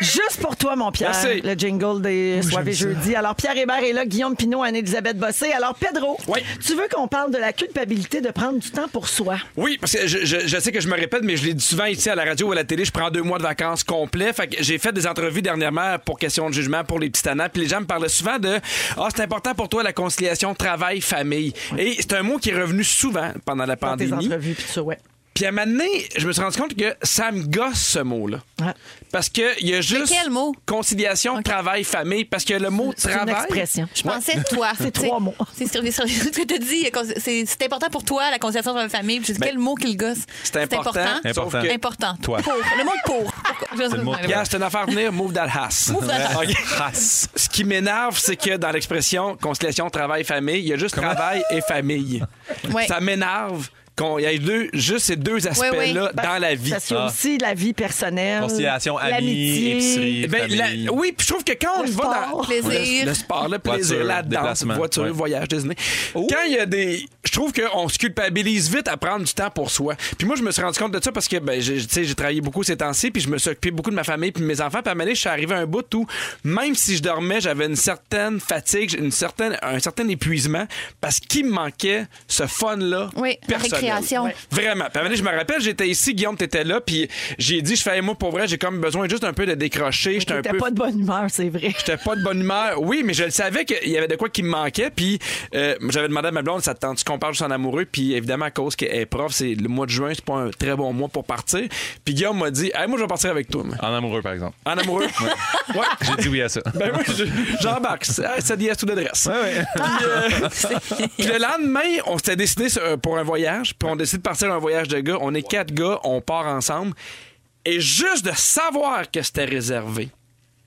Juste pour toi, mon Pierre.
Merci.
Le jingle des soirées jeudi. Alors, Pierre Hébert est là, Guillaume Pinot, Anne-Elisabeth Bossé. Alors, Pedro,
Oui.
tu veux qu'on parle de la culpabilité de prendre du temps pour soi?
Oui, parce que je, je- je sais que je me répète, mais je l'ai dit souvent ici à la radio ou à la télé, je prends deux mois de vacances complets. Fait que j'ai fait des entrevues dernièrement pour question de jugement pour les petits tannants. Puis les gens me parlaient souvent de Ah, c'est important pour toi la conciliation travail-famille. Et c'est un mot qui est revenu souvent pendant la
Dans tes
pandémie.
entrevues, puis tout ça, ouais.
Puis à un moment donné, je me suis rendu compte que ça me gosse ce mot-là.
Ouais.
Parce qu'il y a juste.
quel mot?
Conciliation, travail-famille. Parce que le mot
C'est une
travail.
expression.
Je pensais toi.
C'est
Tu sais,
trois mots.
C'est sur- sur- ce que tu dis. C'est c'est important pour toi, la conciliation de la famille. Puis Je dis quel mot qu'il gosse.
C'est important.
Important.
Sauf que-
Important.
Toi.
Pour. Le mot pour. Pourquoi? Je
le
sais pas.
mot.
Gars, c'est une affaire à venir, move that house. Ok.
Euh, Race.
Ce qui m'énerve, c'est que dans l'expression conciliation travail-famille, il y a juste travail et famille.
Ouais.
Ça m'énerve qu'on il y ait deux, juste ces deux aspects-là dans la vie.
Ça suit
Ah.
aussi la vie personnelle.
Conciliation, amis,
l'amitié.
épicerie,
Ben, la-
famille.
oui, puis je trouve que quand on
Le
y va dans
sport.
Plaisir.
Le, le sport, le
Voiture,
plaisir, la danse,
déplacement,
voiture,
ouais. Oh.
voyage, Disney. Quand il y a des. Je trouve qu'on se culpabilise vite à prendre du temps pour soi. Puis moi, je me suis rendu compte de ça parce que ben, j'ai- tu sais, j'ai travaillé beaucoup ces temps-ci, puis je me suis occupé beaucoup de ma famille, puis de mes enfants. Puis à un moment donné, je suis arrivé à un bout où, même si je dormais, j'avais une certaine fatigue, une certaine, un certain épuisement, parce qu'il me manquait ce fun-là.
Oui, la
personnel.
récréation.
Ouais. Vraiment. Puis à un moment donné, je me rappelle, j'étais ici, Guillaume, t'étais là, puis j'ai dit, je fais, moi, pour vrai, j'ai comme besoin juste un peu de décrocher. J'étais un
T'étais
peu
pas de bonne humeur, c'est vrai.
J'étais pas de bonne humeur. Oui, mais je le savais qu'il y avait de quoi qui me manquait. Puis euh, j'avais demandé à ma blonde, ça te tente qu'on parle juste en amoureux? Puis évidemment, à cause qu'elle est prof, c'est le mois de juin, c'est pas un très bon mois pour partir. Puis Guillaume m'a dit, hey, moi, je vais partir avec toi. moi.
En amoureux, par exemple.
En amoureux. ouais.
J'ai dit oui à ça.
Ben moi, je- j'embarque. Ça ça dit à tout l'adresse. euh, Puis le lendemain, on s'était décidé sur- euh, pour un voyage. Puis on décide de partir un voyage de gars. On est quatre gars, on part ensemble. Et juste de savoir que c'était réservé,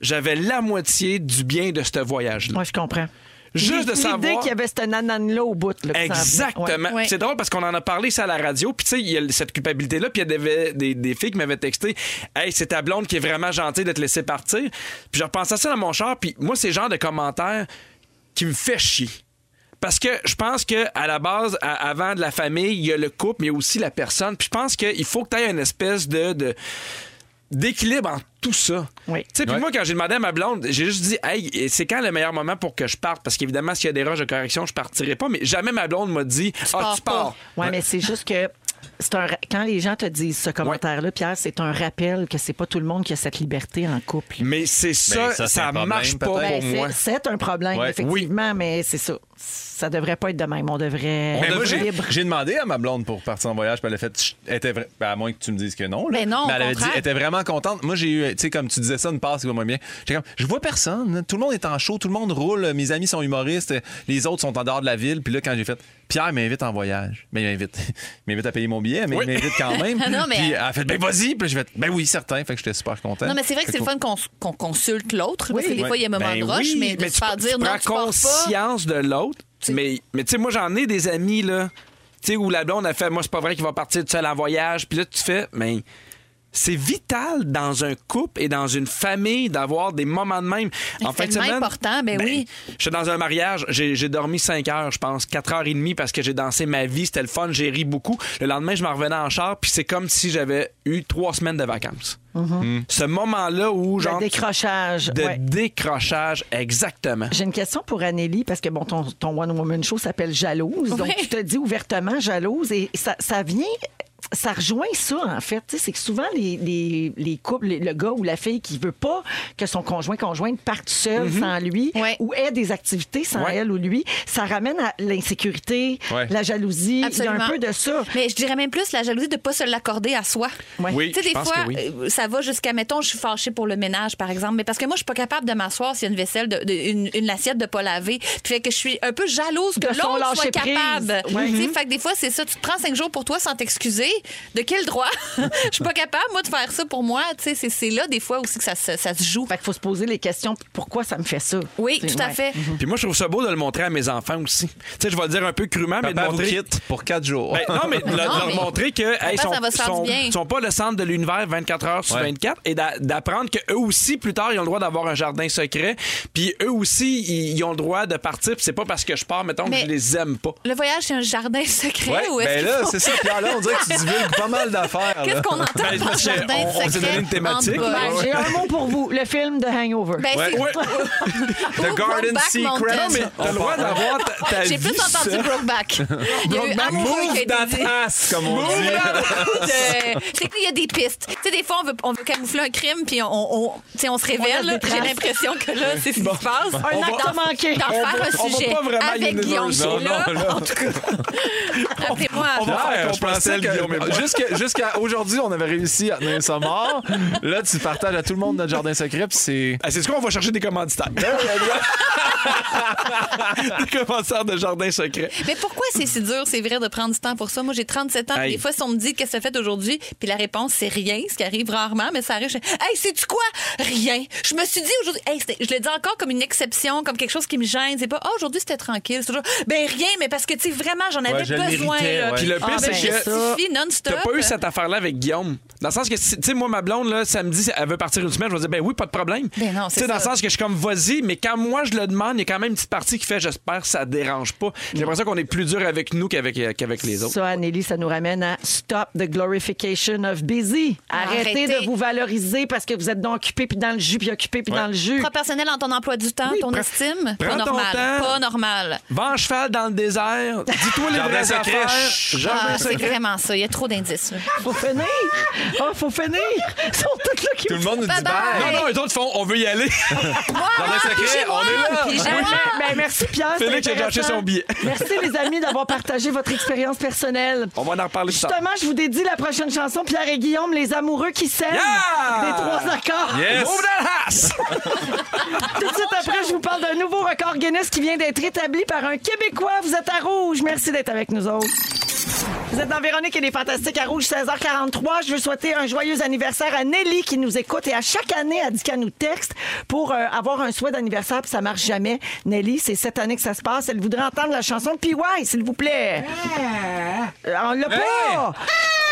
j'avais la moitié du bien de ce voyage-là.
Moi, je comprends.
Juste de
L'idée
savoir.
qu'il y avait cette nanane-là au bout. là, qui s'en venait. Ouais.
Exactement.
Ouais.
C'est drôle parce qu'on en a parlé ça à la radio. Puis tu sais, il y a cette culpabilité-là. Puis il y avait des, des filles qui m'avaient texté Hey, c'est ta blonde qui est vraiment gentille de te laisser partir. Puis je repensais à ça dans mon char. Puis moi, c'est le genre de commentaires qui me fait chier. Parce que je pense que à la base, à- avant de la famille, il y a le couple, mais il y a aussi la personne. Puis je pense qu'il faut que tu aies une espèce de- de d'équilibre en tout ça.
Oui.
Tu sais, puis
Ouais.
moi, quand j'ai demandé à ma blonde, j'ai juste dit, hey, c'est quand le meilleur moment pour que je parte? Parce qu'évidemment, s'il y a des roches de correction, je partirai pas. Mais jamais ma blonde m'a dit, ah,
pars
tu pars.
pas.
Oui, mais c'est juste que c'est un ra- quand les gens te disent ce commentaire-là, Pierre, c'est un rappel que c'est pas tout le monde qui a cette liberté en couple.
Mais c'est ça,
Ben, ça,
ça,
c'est un problème,
marche pas
peut-être.
pour
Ben,
moi.
c'est- c'est un problème,
Ouais.
effectivement, mais c'est ça. Ça devrait pas être de même. On devrait. on
Mais moi,
devrait
j'ai
libre.
j'ai demandé à ma blonde pour partir en voyage, puis elle a fait, Chut, elle était vra- ben, à moins que tu me dises que non. là.
Ben non, au
mais elle avait dit,
contraire.
elle était vraiment contente. Moi, j'ai eu, tu sais, comme tu disais ça, une passe qui va moins bien. J'étais comme, je vois personne. Tout le monde est en show, tout le monde roule. Mes amis sont humoristes, les autres sont en dehors de la ville. Puis là, quand j'ai fait, Pierre m'invite en voyage. Ben, il m'invite. Il m'invite à payer mon billet, mais il m'invite quand même.
Non, mais-
Puis elle a fait, ben vas-y. Puis là, j'ai fait, ben oui, certain. Fait que j'étais super content.
Non, mais c'est vrai que c'est le
Fait
fun qu'on s- qu'on consulte l'autre, parce que des
Ouais.
fois, il y a un moment
Ben
de rush,
oui,
mais de
mais
se
tu,
faire
tu
dire non, tu
prends
pars pas.
conscience de l'autre. Mais, mais tu sais, moi, j'en ai des amis, là, tu sais, où la blonde a fait, moi, c'est pas vrai qu'il va partir tout seul en voyage. Puis là, tu fais, mais c'est vital dans un couple et dans une famille d'avoir des moments de même.
C'est tellement important, ben oui.
J'étais dans un mariage, j'ai j'ai dormi 5 heures, je pense, 4 heures et demie parce que j'ai dansé ma vie, c'était le fun, j'ai ri beaucoup. Le lendemain, je m'en revenais en char, puis c'est comme si j'avais eu 3 semaines de vacances. Ce moment-là où,
Le
genre.
décrochage.
De
ouais.
décrochage, exactement.
J'ai une question pour Anélie, parce que bon, ton, ton One Woman Show s'appelle Jalouse. Donc,
Ouais.
tu te dis ouvertement jalouse et ça, ça vient. Ça rejoint ça, en fait. Tu sais, C'est que souvent, les, les- les couples, les- le gars ou la fille qui veut pas que son conjoint, conjointe parte seul sans lui
Ouais.
ou ait des activités sans
Ouais.
elle ou lui, ça ramène à l'insécurité,
Ouais.
la jalousie. Il y a
Absolument.
un peu de ça.
Mais je dirais même plus la jalousie de ne pas se l'accorder à soi.
Ouais.
Oui,
tu sais,
je
des
pense
fois,
que oui.
euh, ça va jusqu'à, mettons, je suis fâchée pour le ménage, par exemple, mais parce que moi, je suis pas capable de m'asseoir s'il y a une vaisselle, de, de- une, une assiette de pas laver. Puis fait que je suis un peu jalouse que
De son
l'autre soit
lâcher prise.
capable.
Ouais. Mm-hmm.
Tu sais, Fait que des fois, c'est ça. Tu te prends cinq jours pour toi sans t'excuser. De quel droit? Je suis pas capable, moi, de faire ça pour moi. Tu sais, C'est c'est là, des fois, aussi que ça, se- ça se joue.
Fait qu'il faut se poser les questions pourquoi ça me fait ça.
Oui,
C'est-
tout à
ouais.
fait.
Puis moi, je trouve ça beau de le montrer à mes enfants aussi. Tu sais, je vais le dire un peu crûment, mais de
que Papa vous
montrer.
quitte pour 4 jours.
Ben, non, mais de, leur- de leur
mais-
montrer que hey,
ça
sont,
va se faire du
sont-
bien.
sont pas le centre de l'univers 24 heures sur
Ouais.
24 et d'a- d'apprendre que eux aussi plus tard ils ont le droit d'avoir un jardin secret, puis eux aussi ils, ils ont le droit de partir, puis c'est pas parce que je pars mettons
Mais-
que je les aime pas.
Le voyage, c'est un jardin secret
Ouais,
ou est-ce
ben
qu'il
là,
faut-
c'est ça. Pierre, là, on dirait que tu divulgues pas mal d'affaires. là.
Qu'est-ce qu'on entend
Ben,
par
parce que
jardin
on- on s'est
secret?
donné une thématique.
en bas?
Ben, J'ai un mot pour vous le film de Hangover.
Ben, c'est-
Ouais.
The
Ou
Garden
Brokeback
Secret.
Mountain.
Non, mais t'as le droit d'avoir ta, ta
J'ai
vie,
plus entendu
ça.
Brokeback. Il y a eu
Brokeback,
Euh, Amoureux
move
qui a été
that
dit.
ass,
comme on
Move
dit.
that
Euh, C'est qu'il y a des pistes. Tu sais, des fois, on veut, on veut camoufler un crime, puis on, on, tu sais, on se révèle. là. J'ai l'impression que là, c'est ce qui se passe.
Un acte manqué.
D'en
On
faire
va- on
un
va
sujet
pas vraiment
avec Guillaume
Universal. Non,
Shaw, là. En tout cas, rappelez-moi.
va-
Pierre,
faire
je pensais
compenser
que-
Guillaume et moi.
jusqu'à jusqu'à aujourd'hui, on avait réussi à tenir ça mort. Là, tu partages à tout le monde notre jardin secret, puis c'est.
Ah, c'est ce qu'on va chercher des commanditaires. des commanditaires de jardin secret.
Mais pourquoi c'est si dur, c'est vrai, de prendre du temps pour ça? Moi, j'ai 37 ans. puis
Hey.
Des fois, si on me dit qu'est-ce que ça fait aujourd'hui, puis la réponse, c'est rien, ce qui arrive rarement, mais ça arrive. Je... fais, Hey, c'est-tu quoi? Rien. Je me suis dit aujourd'hui, hey, c'était- je le dis encore comme une exception, comme quelque chose qui me gêne. C'est pas, Ah, aujourd'hui, c'était tranquille. C'est toujours, ben rien, mais parce que, tu sais, vraiment, j'en avais
je le
besoin.
méritais,
là.
ouais.
Puis le pire,
Ah, ben,
c'est
je
que
justifie non-stop.
T'as pas eu cette affaire-là avec Guillaume. Dans le sens que, si- tu sais, moi, ma blonde, là, samedi, elle veut partir une semaine, je vais dire, ben oui, pas de problème.
Ben non,
Tu
c'est
sais, dans le
ça.
sens que je suis comme, vas-y, mais quand moi, je le demande, il y a quand même une petite partie qui fait, j'espère que ça dérange pas. J'ai l'impression qu'on est plus dur avec nous qu'avec euh, qu'avec les autres.
Ça, Anneli, ça nous ramène à Stop the Glorification of Busy. Arrêtez,
Ah, Arrêtez.
de vous valoriser parce que vous êtes donc occupé, puis dans le jus, puis occupé, puis dans le jus.
Prends personnel en ton emploi du temps,
Oui,
ton
prends-
estime, pas
prends ton
normal.
temps.
Pas normal.
Va en cheval dans le désert, dis-toi les
Jardin
vraies
secret.
affaires.
Chut.
Jardin
Ah, c'est
secret.
vraiment ça. Il y a trop d'indices. là.
Faut finir! Ah, faut finir! Ils sont tous là qui
Tout le monde nous dit
Bye bye.
Non,
bye.
non, les autres font, on veut y aller.
Moi,
Jardin
puis
secret,
chez moi,
on est là.
puis chez
Oui,
moi.
mais- mais Ben, merci Pierre. c'est
Félix a gâché
intéressant.
son billet.
Merci les amis d'avoir partagé votre expérience personnelle.
On va en reparler plus tard.
Justement, je vous dédie la prochaine chanson Pierre et Guillaume, les amoureux qui s'aiment.
Yeah!
Des trois accords.
Yes.
Move that ass!
Tout de suite après, je vous parle d'un nouveau record Guinness qui vient d'être établi par un Québécois. Vous êtes à Rouge. Merci d'être avec nous autres. Vous êtes dans Véronique et les Fantastiques à Rouge, 16h43. Je veux souhaiter un joyeux anniversaire à Nelly qui nous écoute et à chaque année, elle dit qu'elle nous texte pour euh, avoir un souhait d'anniversaire puis ça marche jamais. Nelly, c'est cette année que ça se passe. Elle voudrait entendre la chanson de P.Y., s'il vous plaît. Euh, On l'a pas! Oh!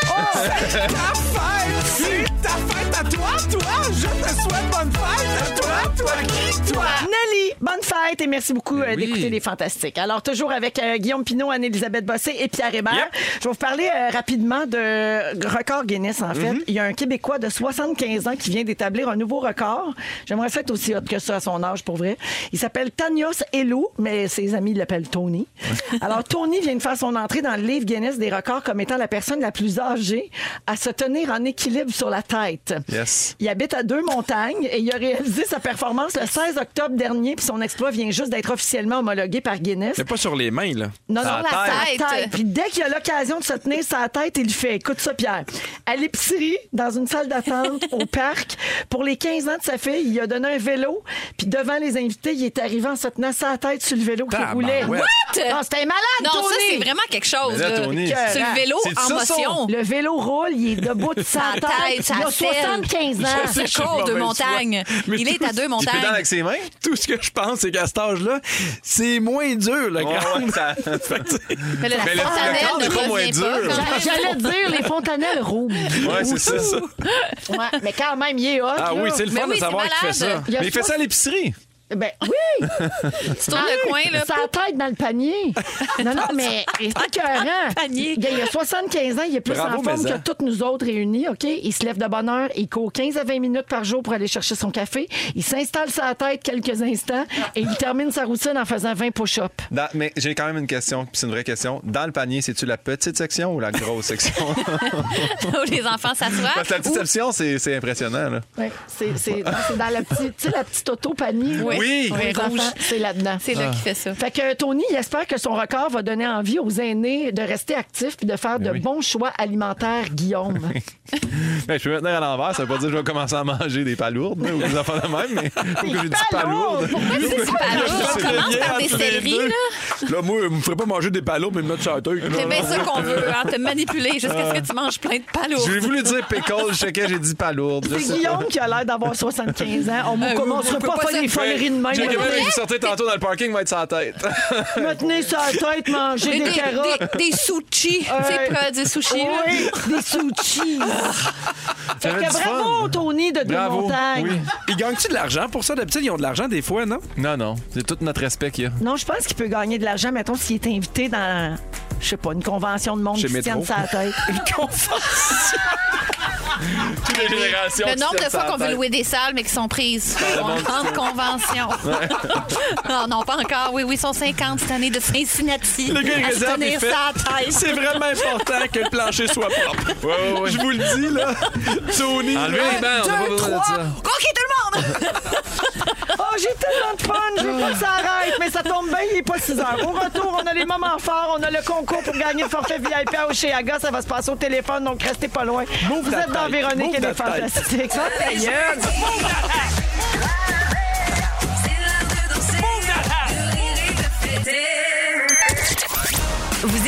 Nelly! bonne fête et merci beaucoup
Ben
euh,
oui.
d'écouter les Fantastiques. Alors, toujours avec euh, Guillaume Pinot, Anne-Elisabeth Bossé et Pierre Hébert.
Yep.
Je vais vous parler euh, rapidement de record Guinness, en
Mhm.
fait. Il y a un Québécois de 75 ans qui vient d'établir un nouveau record. J'aimerais ça être aussi hot que ça à son âge, pour vrai. Il s'appelle Tanios Hello, mais ses amis l'appellent Tony. Alors, Tony vient de faire son entrée dans le livre Guinness des records comme étant la personne la plus âgée à se tenir en équilibre sur la tête.
Yes.
Il habite à deux montagnes et il a réalisé sa performance le 16 octobre dernier, puis son exploit vient juste d'être officiellement homologué par Guinness.
Mais pas sur les mains, là.
Non, non,
Sur la
sur la
tête.
Puis dès qu'il a l'occasion de se tenir sa tête, il le fait. Écoute ça, Pierre. À l'épicerie, dans une salle d'attente, au parc, pour les 15 ans de sa fille, il a donné un vélo. Puis devant les invités, il est arrivé en se tenant sa tête sur le vélo qui roulait.
Tabarouette.
Non, c'était malade,
Non, ça, c'est
Tony!
vraiment quelque chose.
Mais là,
là.
Tony,
C'est le vélo
c'est
en
ça, ça?
motion.
Le vélo roule, il est debout de sa
Sa
tête.
tête, sa
il a
selle.
75 ans.
Je sais, cours de montagne.
Mais
Il est à
Il
deux
pédale
montagnes.
avec ses mains?
Tout ce que je pense, c'est qu'à cet âge-là, c'est moins dur, le
Ouais,
grand.
ouais, ça-
Fait que, tu sais,
Mais là, la
Mais le- le
fontanelle
corps
ne
n'est pas moins
revient
dur.
pas.
J'a- J'allais dire les fontanelles rouges.
Ouais, c'est ça, ça.
Ouais, mais quand même, il est hot.
Ah
là.
oui, c'est le
Mais
fun
oui,
de
c'est
savoir qu'il fait ça.
malade.
y a
Mais il fait ça à l'épicerie.
Ben oui,
Tu tournes le coin, là.
sa tête dans le panier. Non, non, mais c'est écœurant.
panier.
Gars, Il a 75 ans, il est plus
Bravo,
en forme
mais ça.
que toutes nous autres réunis, OK? Il se lève de bonne heure, il court 15 à 20 minutes par jour pour aller chercher son café, il s'installe sa tête quelques instants et il termine sa routine en faisant 20 push-ups.
Dans- mais j'ai quand même une question, puis c'est une vraie question. Dans le panier, c'est-tu la petite section ou la grosse section?
où les enfants s'assoient.
Parce que la petite
Ou-
section, c'est c'est impressionnant. Là.
Ouais, c'est c'est- non, c'est dans la petite, tu sais, la petite auto-panier.
Oui.
Oui.
pour les
Rouge.
enfants, C'est là-dedans.
C'est là qu'il fait ça.
Fait que Tony, il espère que son record va donner envie aux aînés de rester actifs et de faire de
oui.
bons choix alimentaires, Guillaume.
Ben, je peux me tenir à l'envers, ça veut pas dire que je vais commencer à manger des palourdes là, ou des enfants de même, mais faut que j'ai dit palourdes.
Pourquoi c'est si
Je
palourdes?
sais
On commence
bien,
par des
entre les
céleris,
deux.
là.
Là, moi, je me ferais pas manger des palos, mais me mettre sur la tête.
C'est bien ça qu'on veut, hein, te manipuler jusqu'à
Ah.
ce que tu manges plein de palourdes.
J'ai voulu dire pickle, je sais que j'ai dit palourdes. je
C'est
sais
Guillaume qui a l'air d'avoir 75 ans. On
Euh,
ne
vous-
serait
vous
pas
pouvez
à faire
pas
des
ça-
foleries de
J'ai
même.
quelqu'un qui est sorti tantôt dans le parking, va être sans tête.
Me tenir sur la tête, manger
Des,
des,
des,
carottes.
des, des sushis.
Euh,
tu sais, pas des sushis. là.
Oui, des sushis. Fait
J'avais
que
du
bravo,
fun.
Tony, de
Bravo.
Deux-Montagnes.
Oui.
Ils gagnent-tu de l'argent pour ça? D'habitude, ils ont de l'argent des fois, non?
Non, non, c'est tout notre respect qu'il y a.
Non, je pense qu'il peut gagner de l'argent, mettons, s'il est invité dans, je sais pas, une convention de monde
Chez
qui se tienne
Métro.
sa tête.
Toutes les générations.
Le nombre de fois qu'on veut louer des salles, mais qui sont prises.
Ah,
On rentre convention. Ah, non, non, pas encore. Oui, oui, ils sont 50 cette année de Cincinnati.
Le gars, il
à se
réserve, il
tenir
fait,
ça à tête.
C'est vraiment important que le plancher soit propre. Je vous le dis, là. Tony.
Enlevez les bancs, on n'a pas besoin de ça.
OK, tout le monde!
Oh, j'ai tellement de fun, je veux pas que ça arrête, mais ça tombe bien, il est pas 6 heures. Au retour, on a les moments forts, on a le concours pour gagner le forfait VIP à Oceaga, ça va se passer au téléphone, donc restez pas loin. Vous
ta
êtes dans
tête.
Véronique
Move
et les
ta tête.
Fantastiques.
C'est l'heure de danser, de rire et de fêter.
Vous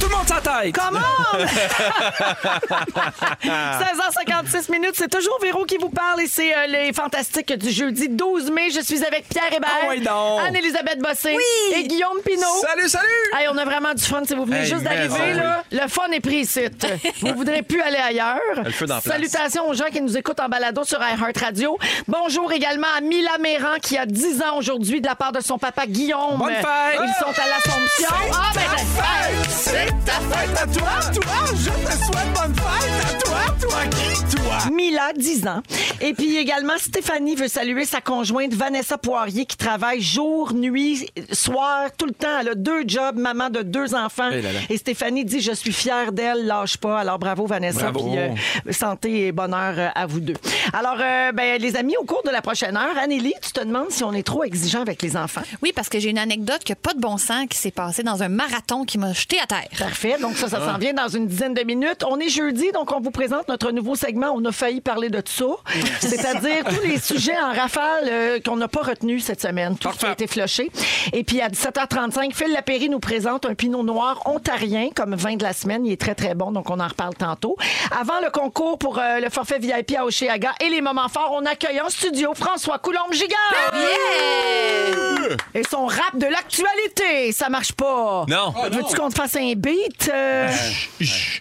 Tout le monde sa tête.
Comment? 16h56 minutes, c'est toujours Véro qui vous parle et c'est euh, les fantastiques du jeudi 12 mai. Je suis avec Pierre Hébert,
Ah ouais donc.
Anne-Elisabeth Bossé et Guillaume Pinault.
Salut, salut!
Hey, on a vraiment du fun si vous venez
Hey,
juste
mais
d'arriver.
bon,
là. Le fun est pris ici. vous voudrez plus aller ailleurs.
Le feu dans la place.
Salutations aux gens qui nous écoutent en balado sur iHeartRadio. Bonjour également à Mila Méran qui a 10 ans aujourd'hui de la part de son papa Guillaume.
Bonne fête!
Ils sont à l'Assomption. Ah, ben,
C'est ta fête à toi, toi! Je te souhaite bonne fête à toi, toi qui, toi!
Mila, 10 ans. Et puis également, Stéphanie veut saluer sa conjointe Vanessa Poirier qui travaille jour, nuit, soir, tout le temps. Elle a deux jobs, maman de deux enfants.
Eh là là.
Et Stéphanie dit Je suis fière d'elle, lâche pas. Alors bravo, Vanessa.
Bravo.
Puis, euh, santé et bonheur euh, à vous deux. Alors, euh, ben, les amis, au cours de la prochaine heure, Annélie, tu te demandes si on est trop exigeant avec les enfants.
Oui, parce que j'ai une anecdote qui n'a pas de bon sens qui s'est passée dans un marathon qui m'a jeté à terre.
Parfait. Donc, Donc ça, ça s'en vient dans une dizaine de minutes. On est jeudi, donc on vous présente notre nouveau segment. On a failli parler de ça. C'est-à-dire tous les sujets en rafale euh, qu'on n'a pas retenus cette semaine. Tout ce qui a
Parfait.
été flushé. Et puis à 17h35, Phil Lapéry nous présente un pinot noir ontarien comme vin de la semaine. Il est très, très bon, donc on en reparle tantôt. Avant le concours pour euh, le forfait VIP à Oceaga et les moments forts, on accueille en studio François
Ben
Coulombe-Gigard et son rap de l'actualité. Ça marche pas.
Non. Oh,
Veux-tu qu'on te fasse un beat? euh?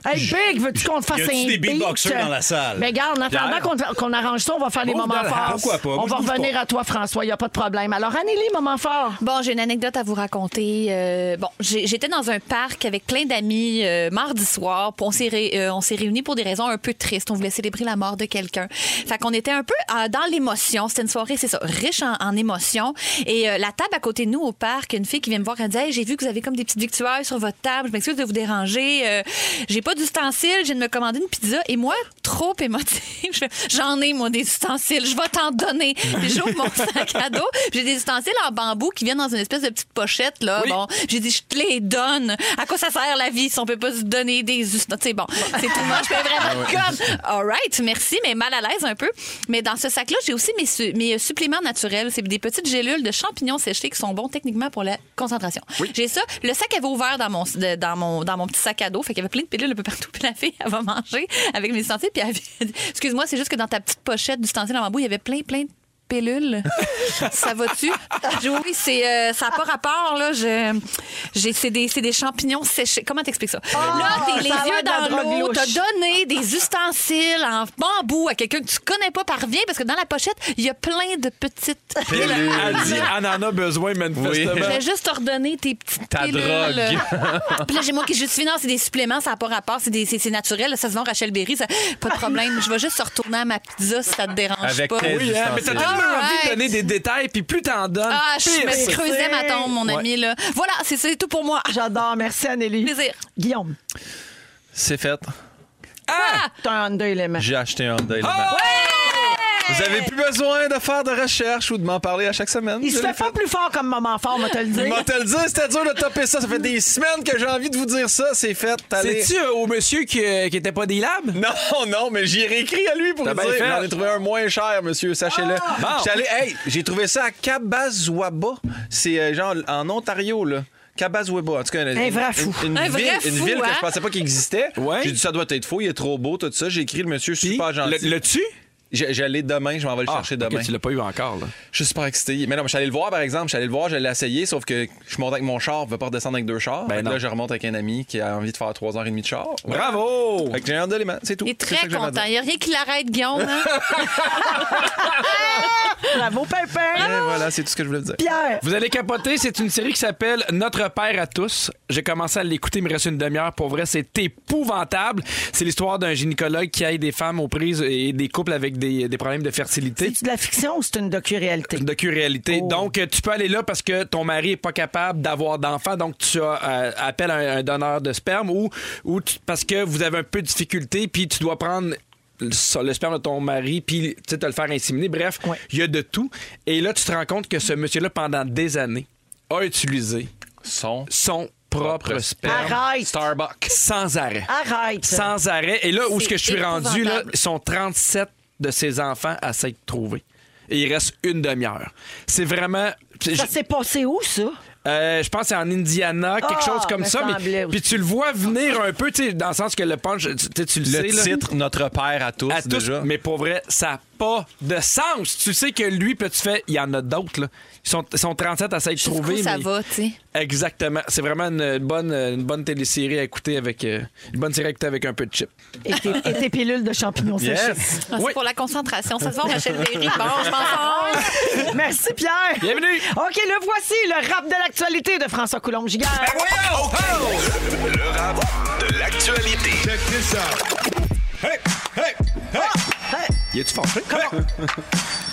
Hey, Big, veux-tu qu'on te fasse
Y
un
a-tu
beat?
des beatboxers dans la salle?
Mais regarde, en attendant
Pierre?
qu'on- qu'on arrange ça, on va faire les
Bouge
moments
dans la-
forts.
Pourquoi pas?
On
Moi,
va
je bouge
revenir
pas.
à toi, François, il n'y a pas de problème. Alors, Anneli, moment fort.
Bon, j'ai une anecdote à vous raconter. Euh, bon, j'ai- j'étais dans un parc avec plein d'amis euh, mardi soir. puis on s'est ré- euh, on s'est réunis pour des raisons un peu tristes. On voulait célébrer la mort de quelqu'un. Fait qu'on était un peu euh, dans l'émotion. C'était une soirée, c'est ça, riche en, en émotions. Et euh, la table à côté de nous au parc, une fille qui vient me voir, elle dit Hey, j'ai vu que vous avez comme des petites victuailles sur votre table. Je m'excuse de vous déranger. Euh, j'ai pas d'ustensiles. Je viens de me commander une pizza. Et moi, trop émotive, je fais, j'en ai, moi, des ustensiles. Je vais t'en donner. Puis j'ouvre mon sac à dos. puis J'ai des ustensiles en bambou qui viennent dans une espèce de petite pochette, là. Bon, j'ai dit, je te les donne. À quoi ça sert la vie si on peut pas se donner des ustensiles? Tu sais, bon, c'est tout. Moi, je fais vraiment comme, all right, merci, mais mal à l'aise un peu. Mais dans ce sac-là, j'ai aussi mes, su- mes suppléments naturels. C'est des petites gélules de champignons séchés qui sont bons techniquement pour la concentration. J'ai ça. Le sac avait ouvert dans mon, de- dans mon, dans mon petit sac à dos. Fait qu'il y avait plein de pilules un peu partout. Puis la fille, elle va manger avec mes ustensiles. Puis elle avait dit, excuse-moi, c'est juste que dans ta petite pochette d'ustensiles en bambou, il y avait plein, plein de pilule. ça va-tu? Je- Oui, c'est, euh, ça n'a pas rapport, là. Je, j'ai, c'est, des, c'est des champignons séchés. Comment t'expliques ça? là, t'es les
Ah, ça a
yeux
l'air de la drogue
dans l'eau,
louche.
t'as donné des ustensiles en bambou à quelqu'un que tu connais pas, parviens, parce que dans la pochette, il y a plein de petites pilules.
Elle dit, on en a besoin, manifestement. Euh,
Je vais juste ordonner tes petites
Ta
pilules.
drogue.
Puis là, j'ai moi qui justifie, non, c'est des suppléments, ça n'a pas rapport, c'est, des, c'est, c'est naturel, ça se vend au Rachel Berry, ça- pas de problème. Je vais juste retourner à ma pizza si ça te dérange
Avec
pas.
tes
Oui, hein, mais t'as tellement envie de
Alright.
donner des détails, puis plus t'en donnes.
Ah, je
pire
me
c'est.
creusais ma tombe, mon
Ouais.
ami. Là. Voilà, c'est- c'est tout pour moi.
J'adore. Merci, Anneli.
Plaisir.
Guillaume,
C'est fait.
Ah!
t'as un Honda Element.
J'ai acheté un Hyundai
Ah,
Element. Ah! Vous avez plus besoin de faire de recherche ou de m'en parler à chaque semaine.
Il se
Je l'ai
fait pas plus fort comme moment fort, on va te le
Il
dire.
m'a te le dire, c'était dur de topper ça. Ça fait des semaines que j'ai envie de vous dire ça. C'est fait. Allez.
C'est-tu euh, au monsieur qui, euh, qui était pas des labs?
Non, non, mais j'ai réécrit à lui pour
T'as
lui
bien
dire.
fait. Ah!
J'en ai trouvé un moins cher, monsieur, sachez-le. J'étais allé- hey, j'ai trouvé ça à Cabazouaba. C'est euh, genre en Ontario, là. Cabazouaba, en tout cas.
Un vrai fou.
Une,
Un
ville,
vrai
une
fou,
ville que
hein?
je pensais pas qu'il existait.
Ouais.
J'ai dit, ça doit être faux, il est trop beau, tout ça. J'ai écrit le monsieur
Puis,
super gentil.
le, le tu?
J'ai- J'allais demain, je m'en vais le chercher
Ah, ok,
demain.
tu l'as pas eu encore, là.
Je suis super excité. Mais non, mais je suis allé le voir, par exemple. Je suis allé le voir, je l'ai essayé, sauf que je suis monté avec mon char, je ne veux pas redescendre avec deux chars.
Ben
Fait que
non.
là, je remonte avec un ami qui a envie de faire trois heures et demie de char. Ouais.
Bravo!
Fait que j'ai un élément, c'est tout.
Il est
C'est ça
très
que j'avais à
content.
dire.
Il n'y a rien qui l'arrête, Guillaume. hein?
Bravo, Pimpin.
Euh,
Et voilà, c'est tout ce que je voulais vous dire.
Pierre.
Vous allez capoter, c'est une série qui s'appelle Notre Père à tous. J'ai commencé à l'écouter, il me reste une demi-heure. Pour vrai, c'est épouvantable. C'est l'histoire d'un gynécologue qui aide des femmes aux prises et des couples avec des, des problèmes de fertilité.
C'est de la fiction ou c'est une docu-réalité?
Une docu-réalité. Donc, euh, tu peux aller là parce que ton mari est pas capable d'avoir d'enfants, donc tu as, euh, appelles un, un donneur de sperme ou, ou tu- parce que vous avez un peu de difficulté, puis tu dois prendre le so- le sperme de ton mari, puis tu sais, te le faire inséminer. Bref, il
Ouais.
y a de tout. Et là, tu te rends compte que ce monsieur-là, pendant des années, a utilisé
Son
son propre sperme
Arrête. Ah,
Starbucks.
sans arrêt.
Arrête.
Sans arrêt. Et là où
C'est
ce que je suis rendu, là,
épouvantable.
sont 37 de ses enfants à s'être trouvés. Et il reste une demi-heure. C'est vraiment. Je,
Ça s'est passé où, ça?
euh, je pense que c'est en Indiana, quelque
Ah,
chose comme
me
ça.
semblait
Mais,
aussi.
puis tu le vois venir un peu, tu sais, dans le sens que le punch, tu, tu sais, tu le,
Le
sais. là.
titre Notre Père à tous,
à tous,
déjà.
mais pour vrai, ça n'a pas de sens. Tu sais que lui, puis tu fais, il y en a d'autres. là. Ils sont, ils sont 37 à s'être
Jusqu'où
trouvés.
ça
mais-
va, tu sais.
Exactement. C'est vraiment une bonne, une bonne télésérie à écouter avec euh, une bonne série à écouter avec un peu de chip.
Et tes, et tes pilules de champignons séchés.
Yes.
Ah, c'est
Oui.
pour la concentration. Ça se voit, Rachel Berry. Bon, je m'en sors.
Merci, Pierre.
Bienvenue.
OK, le voici, le rap de l'actualité de François Coulombe-Gigard.
Le rap de l'actualité.
Y a-tu fâché?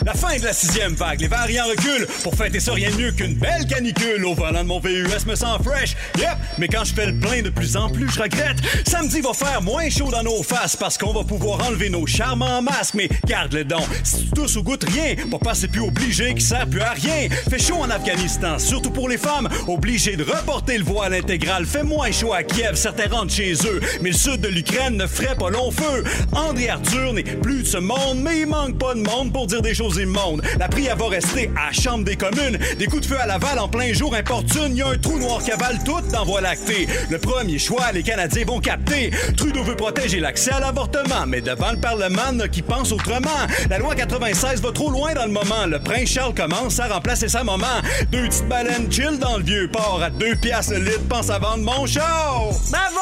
La fin de la sixième vague, les variants reculent. Pour fêter ça, rien de mieux qu'une belle canicule. Au volant de mon VUS, me sens fresh. Yep, mais quand je fais le plein de plus en plus, je regrette. Samedi va faire moins chaud dans nos faces parce qu'on va pouvoir enlever nos charmants masques. Mais garde-le donc. Si tu tousses ou goûtes rien, papa, c'est plus obligé qui sert plus à rien. Fait chaud en Afghanistan, surtout pour les femmes. Obligé de reporter le voile intégral. Fait moins chaud à Kiev, certains rentrent chez eux. Mais le sud de l'Ukraine ne ferait pas long feu. André Arthur n'est plus de ce monde, mais il manque pas de monde pour dire des choses immondes. La prière va rester à la Chambre des communes. Des coups de feu à Laval en plein jour importune. Y a un trou noir qui avale tout dans Voie lactée. Le premier choix, les Canadiens vont capter. Trudeau veut protéger l'accès à l'avortement, mais devant le Parlement, il y en a qui pensent autrement. La loi 96 va trop loin dans le moment. Le prince Charles commence à remplacer sa maman. Deux petites baleines chill dans le vieux port. À deux piastres le litre, pense à vendre mon char.
Bravo!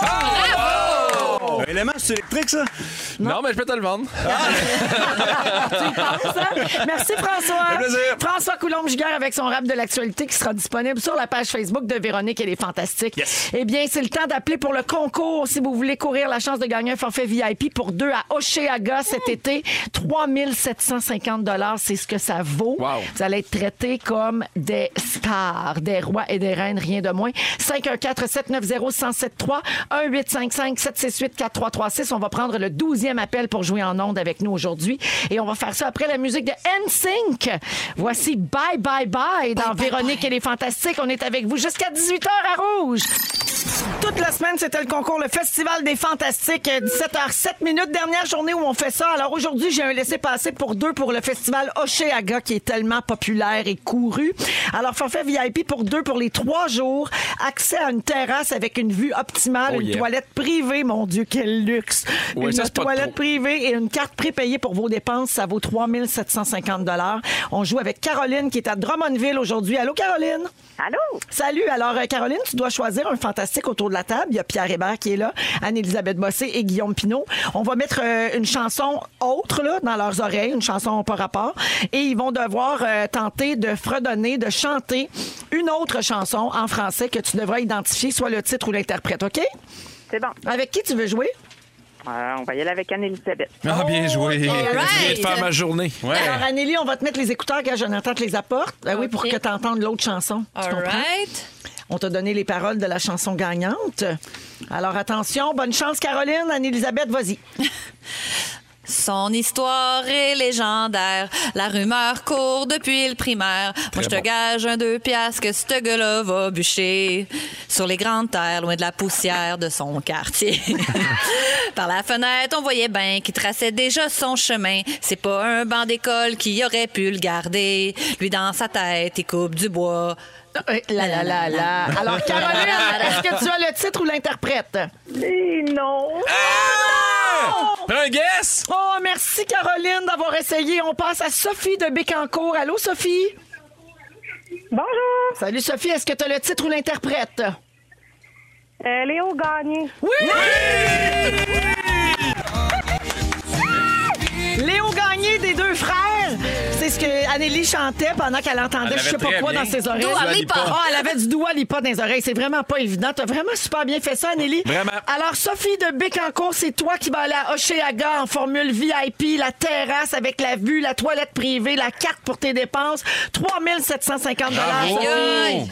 Un élément, c'est électrique, ça?
Non. mais je peux te le vendre.
Tu y penses, hein? Merci François.
Un plaisir.
François coulombe giguère avec son rap de l'actualité qui sera disponible sur la page Facebook de Véronique et les Fantastiques. Eh bien, c'est le temps d'appeler pour le concours si vous voulez courir la chance de gagner un forfait VIP pour deux à Oceaga cet été. 3750 c'est ce que ça vaut.
Wow.
Vous allez être traités comme des stars, des rois et des reines, rien de moins. 514-790-1073, 1-855-768-4336. On va prendre le 12e appel pour jouer en ondes avec nous aujourd'hui. Et on va faire ça après la musique de NSYNC. Voici Bye Bye Bye dans Véronique et les Fantastiques. On est avec vous jusqu'à 18h à Rouge.
Toute la semaine, c'était le concours, le Festival des Fantastiques, euh, 17h07 minutes, dernière journée où on fait ça. Alors aujourd'hui, j'ai un laissé-passer pour deux pour le Festival Oceaga qui est tellement populaire et couru. Alors, forfait VIP pour deux pour les trois jours, accès à une terrasse avec une vue optimale,
Oh
une
yeah.
toilette privée, mon Dieu, quel luxe.
Ouais,
une
ça, c'est pas
toilette
trop.
privée et une carte prépayée pour vos dépenses, ça vaut 3750 On joue avec Caroline qui est à Drummondville aujourd'hui. Allô, Caroline?
Allô?
Salut. Alors, euh, Caroline, tu dois choisir un fantastique autour de la table. Il y a Pierre Hébert qui est là, Anne-Élisabeth Bossé et Guillaume Pinault. On va mettre euh, une chanson autre là, dans leurs oreilles, une chanson pas rapport. Et ils vont devoir euh, tenter de fredonner, de chanter une autre chanson en français que tu devras identifier, soit le titre ou l'interprète, OK?
C'est bon.
Avec qui tu veux jouer?
Euh, on va y aller avec Anne-Elisabeth.
Ah, bien joué.
Je viens de faire ma journée.
Ouais.
Euh,
Alors, Anneli, on va te mettre les écouteurs, gars, Jonathan te les apporte. Ben oui, pour
OK.
que tu entendes l'autre chanson. Tu
All
comprends?
right.
On t'a donné les paroles de la chanson gagnante. Alors attention, bonne chance Caroline, Anne-Elisabeth, vas-y.
Son histoire est légendaire. La rumeur court depuis le primaire. Moi, je te gage un deux piastres que ce gueule va bûcher sur les grandes terres, loin de la poussière de son quartier. Par la fenêtre, on voyait bien qu'il traçait déjà son chemin. C'est pas un banc d'école qui aurait pu le garder. Lui, dans sa tête, il coupe du bois.
Euh, La la la la. Alors Caroline, est-ce que tu as le titre ou l'interprète?
Et non!
Prends un guess.
Oh, merci Caroline d'avoir essayé. On passe à Sophie de Bécancourt. Allô Sophie?
Bonjour!
Salut Sophie, est-ce que tu as le titre ou l'interprète?
Euh, Léo Gagné.
Léo Gagné des deux frères. C'est ce que Anneli chantait pendant qu'elle entendait
Elle
je sais
l'avait
pas
très
quoi
bien.
dans ses oreilles.
Dua Lipa.
Ah, elle avait du doigt lipa dans les oreilles. C'est vraiment pas évident. T'as vraiment super bien fait ça, Anneli.
Vraiment.
Alors, Sophie de Bécancourt, c'est toi qui vas aller à Oceaga en formule VIP, la terrasse avec la vue, la toilette privée, la carte pour tes dépenses. 3750
Bravo.
Aïe.
Aïe, oui,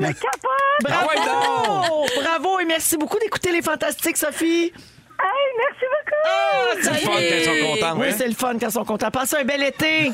je capote!
Bravo! Bravo et merci beaucoup d'écouter les fantastiques, Sophie. Ah,
Hey, merci beaucoup!
C'est le fun quand ils sont contents.
Oui,
Ah ouais.
c'est le fun quand ils sont contents. Passez un bel été.
Hey,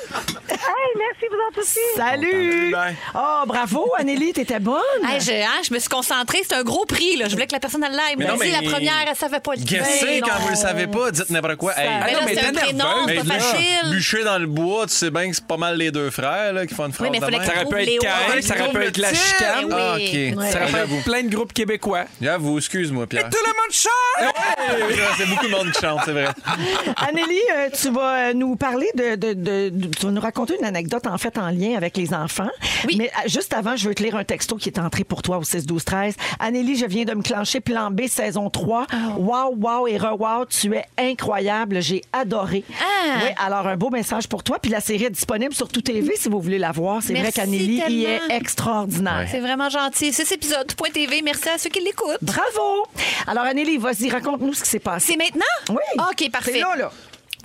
merci vous autres aussi!
Salut!
Bye.
Oh, bravo, Anneli, t'étais bonne!
Hey, je, hein, je me suis concentrée. C'est un gros prix. Là. Je voulais que la personne elle l'aille.
Mais non,
Vas-y,
mais-
la première, elle savait pas le
Guessez
Ben
quand vous le
non.
savez pas, dites n'importe quoi. Hey.
Mais
non,
là,
mais
c'est un
t'es
prénom,
nerveuse,
c'est pas
là,
facile.
bûcher dans le bois, tu sais bien que c'est pas mal les deux frères là, qui font une phrase
mais
de
fallait
même.
que
Ça aurait pu
Léo.
être Caïn, ça aurait pu être La Chicane.
Mais oui.
Ah, OK.
Ça
Ouais,
aurait pu
J'avoue,
être plein de groupes québécois. Ah,
J'avoue, excuse-moi, Pierre.
Tout le monde chante!
c'est beaucoup de monde qui chante, c'est vrai.
Anneli, euh, tu vas euh, nous parler de, de- de- de- Tu vas nous raconter une anecdote, en fait, en lien avec les enfants.
Oui.
Mais euh, juste avant, je veux te lire un texto qui est entré pour toi au 6-12-13. Anneli, je viens de me clencher plan B saison 3.
Ah.
Wow, wow et re-wow, tu es incroyable. J'ai adoré.
Ah!
Oui, alors un beau message pour toi. Puis la série est disponible sur Tout TV si vous voulez la voir. C'est vrai
Merci
qu'Anneli y est
tellement.
extraordinaire.
C'est vraiment gentil. C'est cet épisode tout point TV. Merci à ceux qui l'écoutent.
Bravo! Alors, Anneli, vas-y, raconte-nous ce qui s'est passé.
C'est maintenant?
Oui.
OK, parfait.
C'est là, là.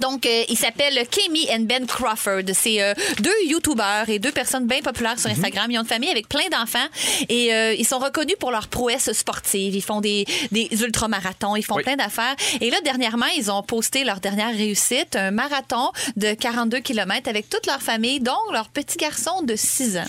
Donc, euh, il s'appelle Kemi and Ben Crawford. C'est euh, deux YouTubers et deux personnes bien populaires
Mhm.
sur Instagram. Ils ont une famille avec plein d'enfants et euh, ils sont reconnus pour leurs prouesses sportives. Ils font des, des ultramarathons, ils font plein d'affaires. Et là, dernièrement, ils ont posté leur dernière réussite, un marathon de 42 km avec toute leur famille, dont leur petit garçon de 6 ans.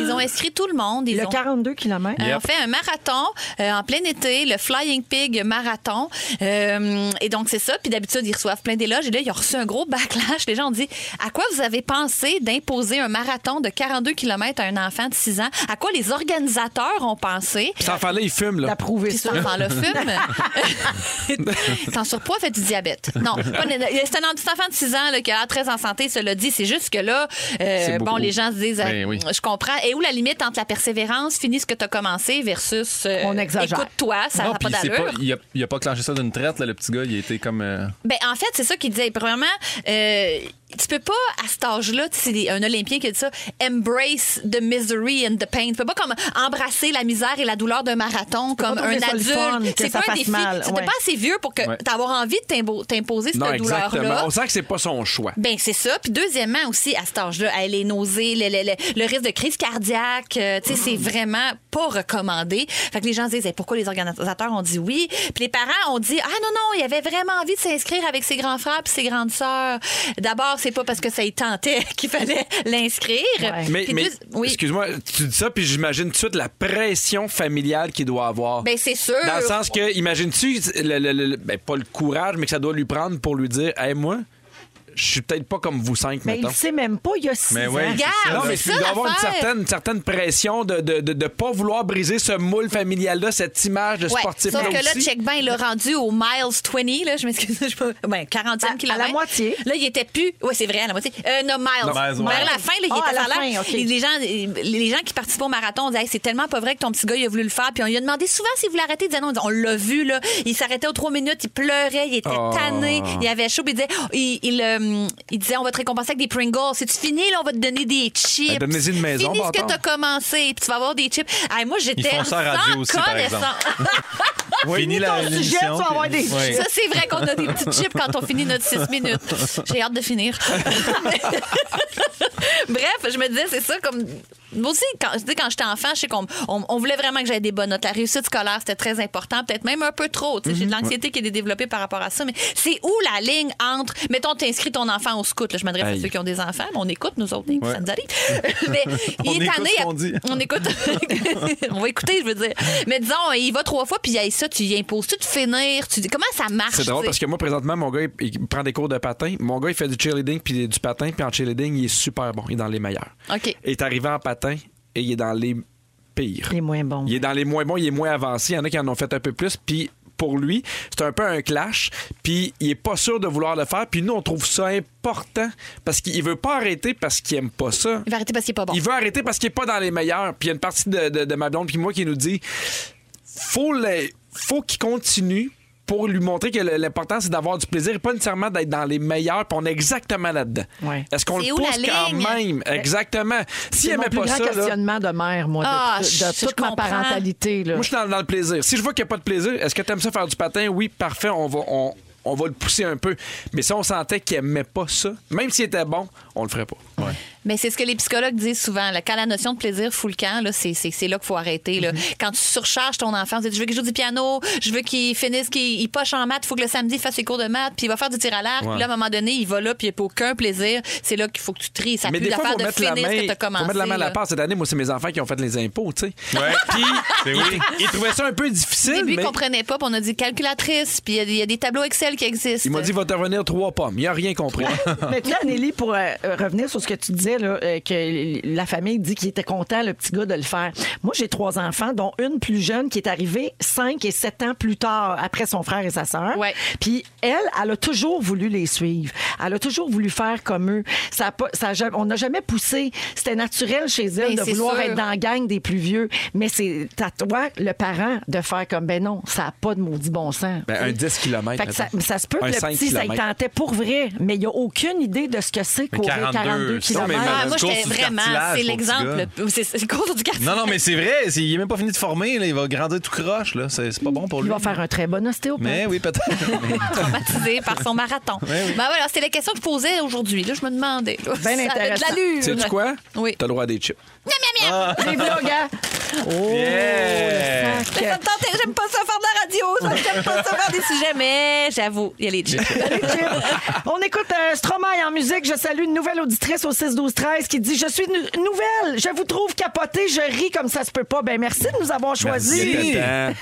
Ils ont inscrit tout le monde. Ils
Le
ont-
42 km.
euh, On fait un marathon euh, en plein été, le Flying Pig Marathon. Euh, et donc, c'est ça. Puis d'habitude, ils reçoivent plein d'éloges. Et là, ils ont reçu un gros backlash. Les gens ont dit À quoi vous avez pensé d'imposer un marathon de 42 km à un enfant de 6 ans À quoi les organisateurs ont pensé
Cet enfant-là, il fume, là.
prouvé
puis cet enfant-là fume. T'es en surpoids, fait du diabète. Non, pas- c'est un petit enfant de 6 ans là, qui a l'air très en santé, cela dit. C'est juste que là, euh,
C'est
bon,
beaucoup.
les gens se disent,
Ben
euh,
oui.
je comprends. Et où la limite entre la persévérance, finis ce que tu as commencé versus euh,
On exagère.
écoute-toi, ça
Non,
n'a pas
puis c'est
d'allure.
pas- il, a, il a pas clenché ça d'une traite, là, le petit gars. Il a été comme. euh,
Ben, en fait, c'est ça qu'il disait. Premièrement, euh, tu peux pas, à cet âge-là, tu sais, c'est un Olympien qui a dit ça, embrace the misery and the pain. Tu peux pas comme embrasser la misère et la douleur d'un marathon
pas
comme un
trouver ça le
adulte.
fun, que
C'est
ça
pas un
fasse
défi.
mal,
C'était
ouais.
pas assez vieux pour que
Ouais.
t'avoir envie de t'imbo- t'imposer cette
Non,
douleur-là.
exactement. On sent que c'est pas son choix.
Ben c'est ça. Puis deuxièmement aussi, à cet âge-là, elle est nausée, le, le- le- le risque de crise cardiaque, euh, tu sais, c'est vraiment pas recommandé. Fait que les gens se disent, Eh, pourquoi les organisateurs ont dit oui? Puis les parents ont dit, ah non, non, il avait vraiment envie de s'inscrire avec ses grands frères puis ses grandes sœurs. D'abord, c'est pas parce que ça y tentait qu'il fallait l'inscrire.
Mais,
Puis
mais
deux- oui.
excuse-moi, tu dis ça, puis j'imagine tout de suite la pression familiale qu'il doit avoir.
Ben c'est sûr.
Dans le sens que, imagines-tu, le, le- le- le- ben, pas le courage, mais que ça doit lui prendre pour lui dire, hey, moi, je suis peut-être pas comme vous cinq
Mais Ben, il
mettons.
ne sait même pas, il y a 6
Mais
ans.
ouais, c'est
Regarde,
ça, là.
Non, mais
Ah, c'est
il doit
ça
avoir une
l'affaire.
certaine, une certaine pression de ne de, de- de pas vouloir briser ce moule familial-là, cette image de
Ouais,
sportif
Sauf que là, check ben, il l'a rendu au miles 20, là, je m'excuse, je sais pas, ben, 40e
À- à
kilomètre.
la moitié.
Là, il était plus. Oui, c'est vrai, à la moitié. Euh, non, miles.
Non, miles, ouais.
Vers la fin, là, il
Ah,
était
à la
à l'air.
fin, OK.
Et les, gens, les gens qui participaient au marathon disaient, Hey, c'est tellement pas vrai que ton petit gars, il a voulu le faire. Puis on lui a demandé souvent s'il voulait arrêter. Il disait non, Il disait, on l'a vu, là. Il s'arrêtait aux trois minutes, il pleurait, il était
Oh.
tanné, il avait chaud. Puis il disait, oh, il, il, euh, il disait, on va te récompenser avec des Pringles. Si tu finis, là, on va te donner des chips.
Ben, donnez-y une maison,
Finis ce que
bâtard.
t'as commencé, puis tu vas avoir des chips. Hey, moi, j'étais
font ça à
sans
radio aussi, par exemple.
connaissance.
Fini la
sujet,
l'émission,
tu vas
puis-
avoir des
Ouais.
Ça, c'est vrai qu'on a des petites chips quand on finit notre 6 minutes. J'ai hâte de finir. Bref, je me disais, c'est ça comme. Moi aussi, quand, tu sais, quand j'étais enfant, je sais qu'on on, on voulait vraiment que j'aie des bonnes notes. La réussite scolaire, c'était très important, peut-être même un peu trop. tu sais. J'ai
Mhm.
de l'anxiété qui est développée par rapport à ça. Mais c'est où la ligne entre. Mettons, tu inscris ton enfant au scout. là. je m'adresse à
Aïe.
ceux qui ont des enfants, mais on écoute, nous autres, Nick,
Ouais.
ça nous arrive. mais
On
il est
écoute
tanné.
ce qu'on dit.
On écoute. on va écouter, je veux dire. Mais disons, il va trois fois, puis il y a ça, tu y imposes, tu te finir. Tu... dis, Comment ça marche?
C'est drôle
tu sais?
parce que moi, présentement, mon gars, il, il prend des cours de patin. Mon gars, il fait du cheerleading puis du patin. Puis en cheerleading, il est super bon. Il est dans les meilleurs.
OK.
Il est arrivé en patin et il est dans les pires.
Il est moins bon.
Il est dans les moins bons, il est moins avancé. Il y en a qui en ont fait un peu plus. Puis pour lui, c'est un peu un clash. Puis il est pas sûr de vouloir le faire. Puis nous, on trouve ça important parce qu'il veut pas arrêter parce qu'il aime pas ça.
Il va arrêter parce qu'il est pas bon.
Il veut arrêter parce qu'il est pas dans les meilleurs. Puis il y a une partie de, de- de ma blonde puis moi qui nous dit faut le- faut qu'il continue pour lui montrer que le- l'important c'est d'avoir du plaisir et pas nécessairement d'être dans les meilleurs puis on est exactement là-dedans.
Ouais.
Est-ce qu'on
C'est
le
où la
pousse quand
ligne?
même Exactement. S'il
C'est mon
aimait
plus
pas
grand
ça là,
questionnement de mère, moi, de,
Ah,
tout- de
je- je
toute ma
comprends.
parentalité. Là.
moi, je suis dans, dans le plaisir. Si je vois qu'il n'y a pas de plaisir, est-ce que tu aimes ça faire du patin? Oui, parfait, on va, on, on va le pousser un peu. Mais si on sentait qu'il n'aimait pas ça, même s'il était bon, on le ferait pas.
Mais c'est ce que les psychologues disent souvent. là. Quand la notion de plaisir fout le camp, là, c'est, c'est- c'est là qu'il faut arrêter. là.
Mm-hmm.
Quand tu surcharges ton enfant, tu dis, je veux qu'il joue du piano, je veux qu'il finisse, qu'il il poche en maths, il faut que le samedi il fasse ses cours de maths, puis il va faire du tir à l'arc. Puis là, à un moment donné, il va là, puis il n'y a pas aucun plaisir. C'est là qu'il faut que tu tries. Ça
Mais
pue
des fois,
d'affaire
faut
de
mettre, la
finir
main,
ce que tu as
faut
commencé.
mettre la main à
là.
la part. Cette année, moi, c'est mes enfants qui ont fait les impôts, tu sais.
Ouais.
Puis,
C'est oui.
ils trouvaient ça un peu difficile,
Au début,
mais
il comprenait pas, puis on a dit calculatrice, puis il y a- il y, a des tableaux Excel qui existent.
ils m'ont dit, va te revenir trois pommes. Il n'a rien compris.
Mais tu sais, Anneli, pour euh, euh, revenir sur ce que tu disais, là, euh, que l- la famille dit qu'il était content, le petit gars, de le faire. Moi, j'ai trois enfants, dont une plus jeune qui est arrivée cinq et sept ans plus tard, après son frère et sa sœur.
Ouais.
Puis elle, elle a toujours voulu les suivre. Elle a toujours voulu faire comme eux. Ça a pas- ça a jamais- on n'a jamais poussé. C'était naturel chez elle
Ben,
de
c'est
vouloir
sûr.
être dans la gang des plus vieux. Mais c'est à toi, le parent, de faire comme, ben non, ça n'a pas de maudit bon sens.
Ben, un 10 km.
Fait que ça,
mettons.
ça se peut que
Un
le
5
petit, ça y
kilomètres.
tentait pour vrai, mais il n'y a aucune idée de ce que c'est courir 42,
42,
Non, mais
km.
Ah,
une
moi,
course
j'étais
du
vraiment,
cartilage,
c'est
pauvre petit
l'exemple.
gars.
le- C'est c'est une course du quartier.
Non, non, mais c'est vrai, c'est- il est même pas fini de former, là, il va grandir tout croche, là. C'est c'est pas bon pour
Il
lui.
va faire
un très bon ostéopathe.
Mais oui, peut-être. Mais-
Traumatisé par son marathon.
Ouais, oui.
Ben voilà, c'est la question que je posais aujourd'hui. Là, je me demandais. là.
Bien
ça avait de
intéressant.
l'allure.
Sais-tu quoi?
Oui.
T'as le droit à des chips.
Miam,
Ah. Les vlogs, hein?
Oh,
Yeah.
Mais ça me tentait, j'aime pas ça faire de la radio, ça, j'aime pas ça faire des sujets, mais j'avoue, il y a les chips.
On écoute euh, Stromae en musique. Je salue une nouvelle auditrice au 6-12-13 qui dit Je suis nu- nouvelle, je vous trouve capotée, je ris comme ça se peut pas. Ben merci de nous avoir choisis.
Merci.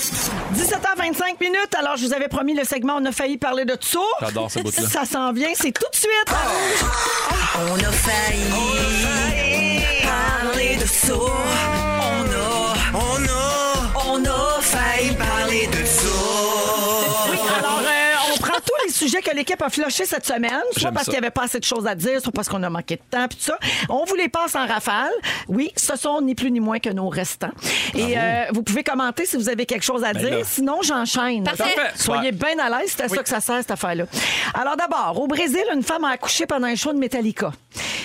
17h25 minutes. Alors, je vous avais promis le segment On a failli parler de tout ça.
J'adore ce bout-là.
Ça s'en vient, c'est tout de suite.
On a failli parler de ça. On a, on a, on a failli parler de ça.
Oui, alors, euh, on prend tous les sujets que l'équipe a flochés cette semaine, soit
J'aime
parce
ça.
qu'il n'y avait pas assez de choses à dire, soit parce qu'on a manqué de temps, puis tout ça. On vous les passe en rafale. Oui, ce sont ni plus ni moins que nos restants. Et euh, vous pouvez commenter si vous avez quelque chose à
Ben
dire.
là.
Sinon, j'enchaîne.
Parfait. Parfait.
Soyez bien à l'aise, c'est à ça que ça sert, cette affaire-là. Alors, d'abord, au Brésil, une femme a accouché pendant un show de Metallica.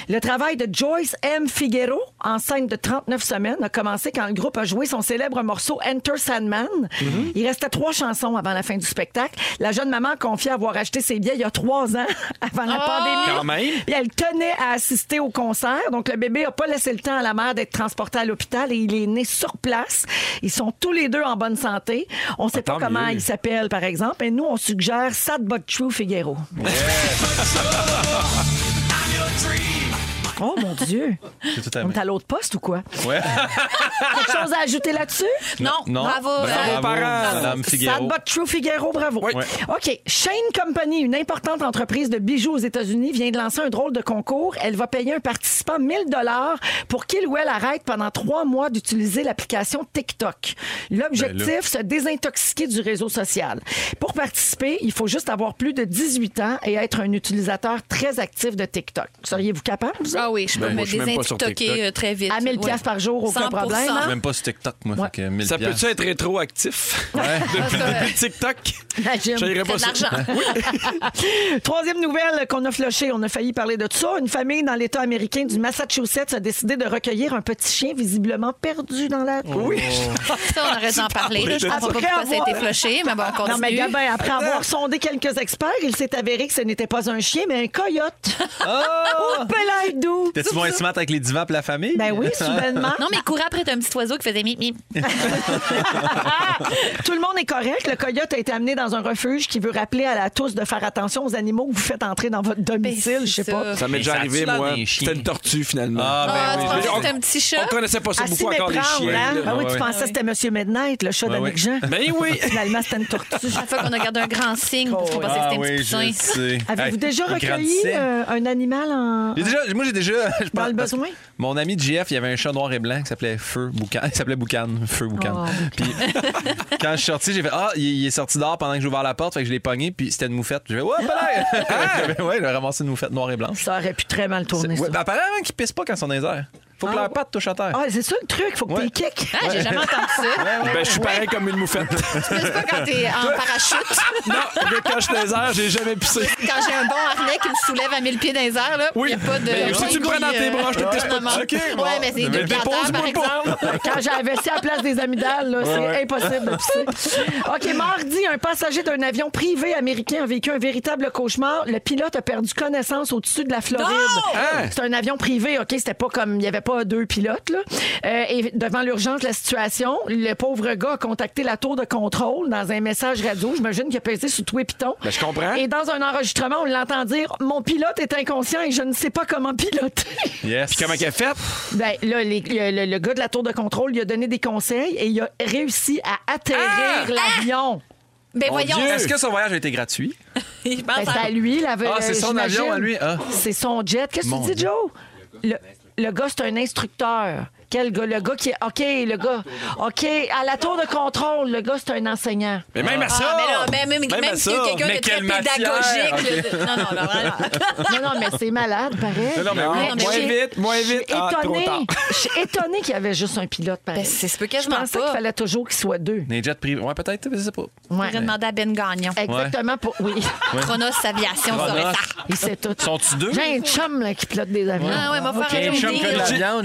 Le travail de Joyce M. Figueiro, enceinte de 39 semaines, a commencé quand le groupe a joué son célèbre morceau Enter Sandman.
Mhm.
Il restait trois chansons avant la fin du spectacle. La jeune maman confie avoir acheté ses billets il y a trois ans avant la
Ah!
pandémie.
Quand même.
Puis elle tenait à assister au concert. Donc, le bébé n'a pas laissé le temps à la mère d'être transporté à l'hôpital et il est né sur place. Ils sont tous les deux en bonne santé. On ne sait pas
tant
comment
mieux.
il s'appelle, par exemple. Et nous, on suggère Sad But True Figueroa. Oh mon Dieu!
J'ai tout aimé.
On est à l'autre poste ou quoi?
Ouais.
Quelque chose à ajouter là-dessus?
Non. Non. Bravo,
euh,
Bravo,
euh,
Bravo, parents. Madame Figuero.
Sad but true Figuero, bravo.
Oui. Ouais.
OK. Shane Company, une importante entreprise de bijoux aux États-Unis, vient de lancer un drôle de concours. Elle va payer un participant 1000 dollars pour qu'il ou elle arrête pendant trois mois d'utiliser l'application TikTok. L'objectif,
Ben là.
se désintoxiquer du réseau social. Pour participer, il faut juste avoir plus de 18 ans et être un utilisateur très actif de TikTok. Seriez-vous capable? vous
Ah oui, je peux
Ben,
me
moi, je suis même pas sur TikTok.
désintoquer très vite.
À 1000
Ouais.
par jour, aucun
100%.
problème.
Je suis même pas sur TikTok, moi. fait que mille
Ça
piastres.
peut-tu être rétroactif? depuis, depuis TikTok?
Imagine.
Je n'irai pas sur-
Troisième nouvelle qu'on a flochée, on a failli parler de tout ça. Une famille dans l'État américain du Massachusetts a décidé de recueillir un petit chien visiblement perdu dans la... Oui.
Ça, on aurait dû en parler. là. Je comprends pas
Après
pourquoi ça a été
avoir-
flushé, mais bon, on continue.
Non, mais Gabin, après avoir sondé quelques experts, il s'est avéré que ce n'était pas un chien, mais un coyote. Oh! Pelaidou!
T'as-tu bon un smart avec les divans pour la famille?
Ben oui, soudainement.
Non, mais il courait après un petit oiseau qui faisait mi mi.
Tout le monde est correct. Le coyote a été amené dans un refuge qui veut rappeler à la tous de faire attention aux animaux que vous faites entrer dans votre
Ben,
domicile. Je sais pas.
Ça m'est déjà arrivé, moi. C'était une tortue, finalement.
Ah,
ben Ah, oui. tu pensais que
On-
c'était un petit chat?
On connaissait pas ça
À s'y
beaucoup encore, les
méprendre,
chiens.
hein?
là.
Ben oui, tu pensais que c'était Monsieur Midnight, le chat
Ben
d'Annick
oui.
Jean.
Ben oui.
Finalement, c'était une tortue.
Chaque fois qu'on a gardé un grand signe, parce
Ah
qu'on pensait que
Ah
c'était un petit poussin.
Avez-vous déjà recueilli euh, un animal en.
J'ai déjà- moi, j'ai déjà. je
Dans
pense-
le
parce que
besoin?
Mon ami JF, il y avait un chat noir et blanc qui s'appelait Feu Boucan. Il s'appelait Boucan. Feu Boucan.
Oh,
puis quand je suis sorti, j'ai fait Ah, il, il est sorti dehors pendant que j'ai ouvert la porte. Fait que je l'ai pogné. Puis c'était une moufette. J'ai fait Ouais, pas Ouais, il a ramassé une moufette noire et blanche.
Ça aurait pu très mal tourner.
Ouais, ben, apparemment qu'ils pissent pas quand ils sont dans les airs. Faut que
Ah,
leurs pattes touchent à terre.
Ah, c'est ça le truc, faut que tu les kicks.
Hein,
Ah, j'ai jamais entendu ça.
Ben, je suis
Ouais.
pareil comme une moufette.
C'est pas quand t'es en parachute.
non, mais quand je suis dans les airs, j'ai jamais pissé.
Quand j'ai un bon harnais qui me soulève à 1000 pieds dans les airs, là, il
Oui.
n'y a pas de.
Mais si tu le prends dans tes bras, je te teste pas de
Ouais,
choquer, moi.
mais c'est
Mais
deux gardeurs, par exemple.
Quand j'ai investi à la place des amygdales, là, c'est
Ouais, ouais.
impossible de pisser. OK, mardi, un passager d'un avion privé américain a vécu un véritable cauchemar. Le pilote a perdu connaissance au-dessus de la Floride.
Non! Hein?
C'est un avion privé, OK? C'était pas comme... Il n'y avait pas deux pilotes, là. Euh, et devant l'urgence de la situation, le pauvre gars a contacté la tour de contrôle dans un message radio. J'imagine qu'il a pesé sous tout et piton.
Ben, je comprends.
Et dans un enregistrement, on l'entend dire « Mon pilote est inconscient et je ne sais pas comment piloter. »
Yes.
Puis comment qu'elle fait?
Ben, là, les- le, le- le gars de la tour de contrôle lui a donné des conseils et il a réussi à atterrir
Ah!
l'avion.
Ben
Mon Dieu. Est-ce que son voyage a été gratuit?
Ben, c'est à lui. la-
Ah, c'est son
j'imagine.
avion à lui, ah.
C'est son jet. Qu'est-ce que
Mon
tu dis,
Dieu.
Joe? Le, le gars, c'est un instructeur. Quel gars? Le gars qui est. OK, le gars. OK, à la tour de contrôle, le gars, c'est un enseignant.
Mais même à
Ah,
ça!
mais là, même- même
à
si
ça.
quelqu'un
Mais
de très
quelle matière!
pédagogique,
Ok.
le- non, ben, non, non, vraiment.
non, non, mais c'est malade, pareil.
Non, non, mais oui,
Mais
moins
je suis-
vite, moins
je suis
vite. Ah, trop
étonnée-
tard.
Je suis étonnée qu'il y avait juste un pilote, pareil.
Ben, c'est- se peut
je
quasiment
pensais
pas.
qu'il fallait toujours qu'il soit deux.
Les jets privés. Ouais, peut-être, mais je sais pas.
Ouais.
J'aurais demandé à Ben Gagnon.
Exactement pour. Oui.
Ouais.
Chronos Aviation, ça aurait
Chronos.
ça.
Il sait tout.
Sont-tu deux?
J'ai un chum là, qui pilote des avions.
Ah ouais, m'a
Ok.
faire
J'ai-
un
j'ai-
deal.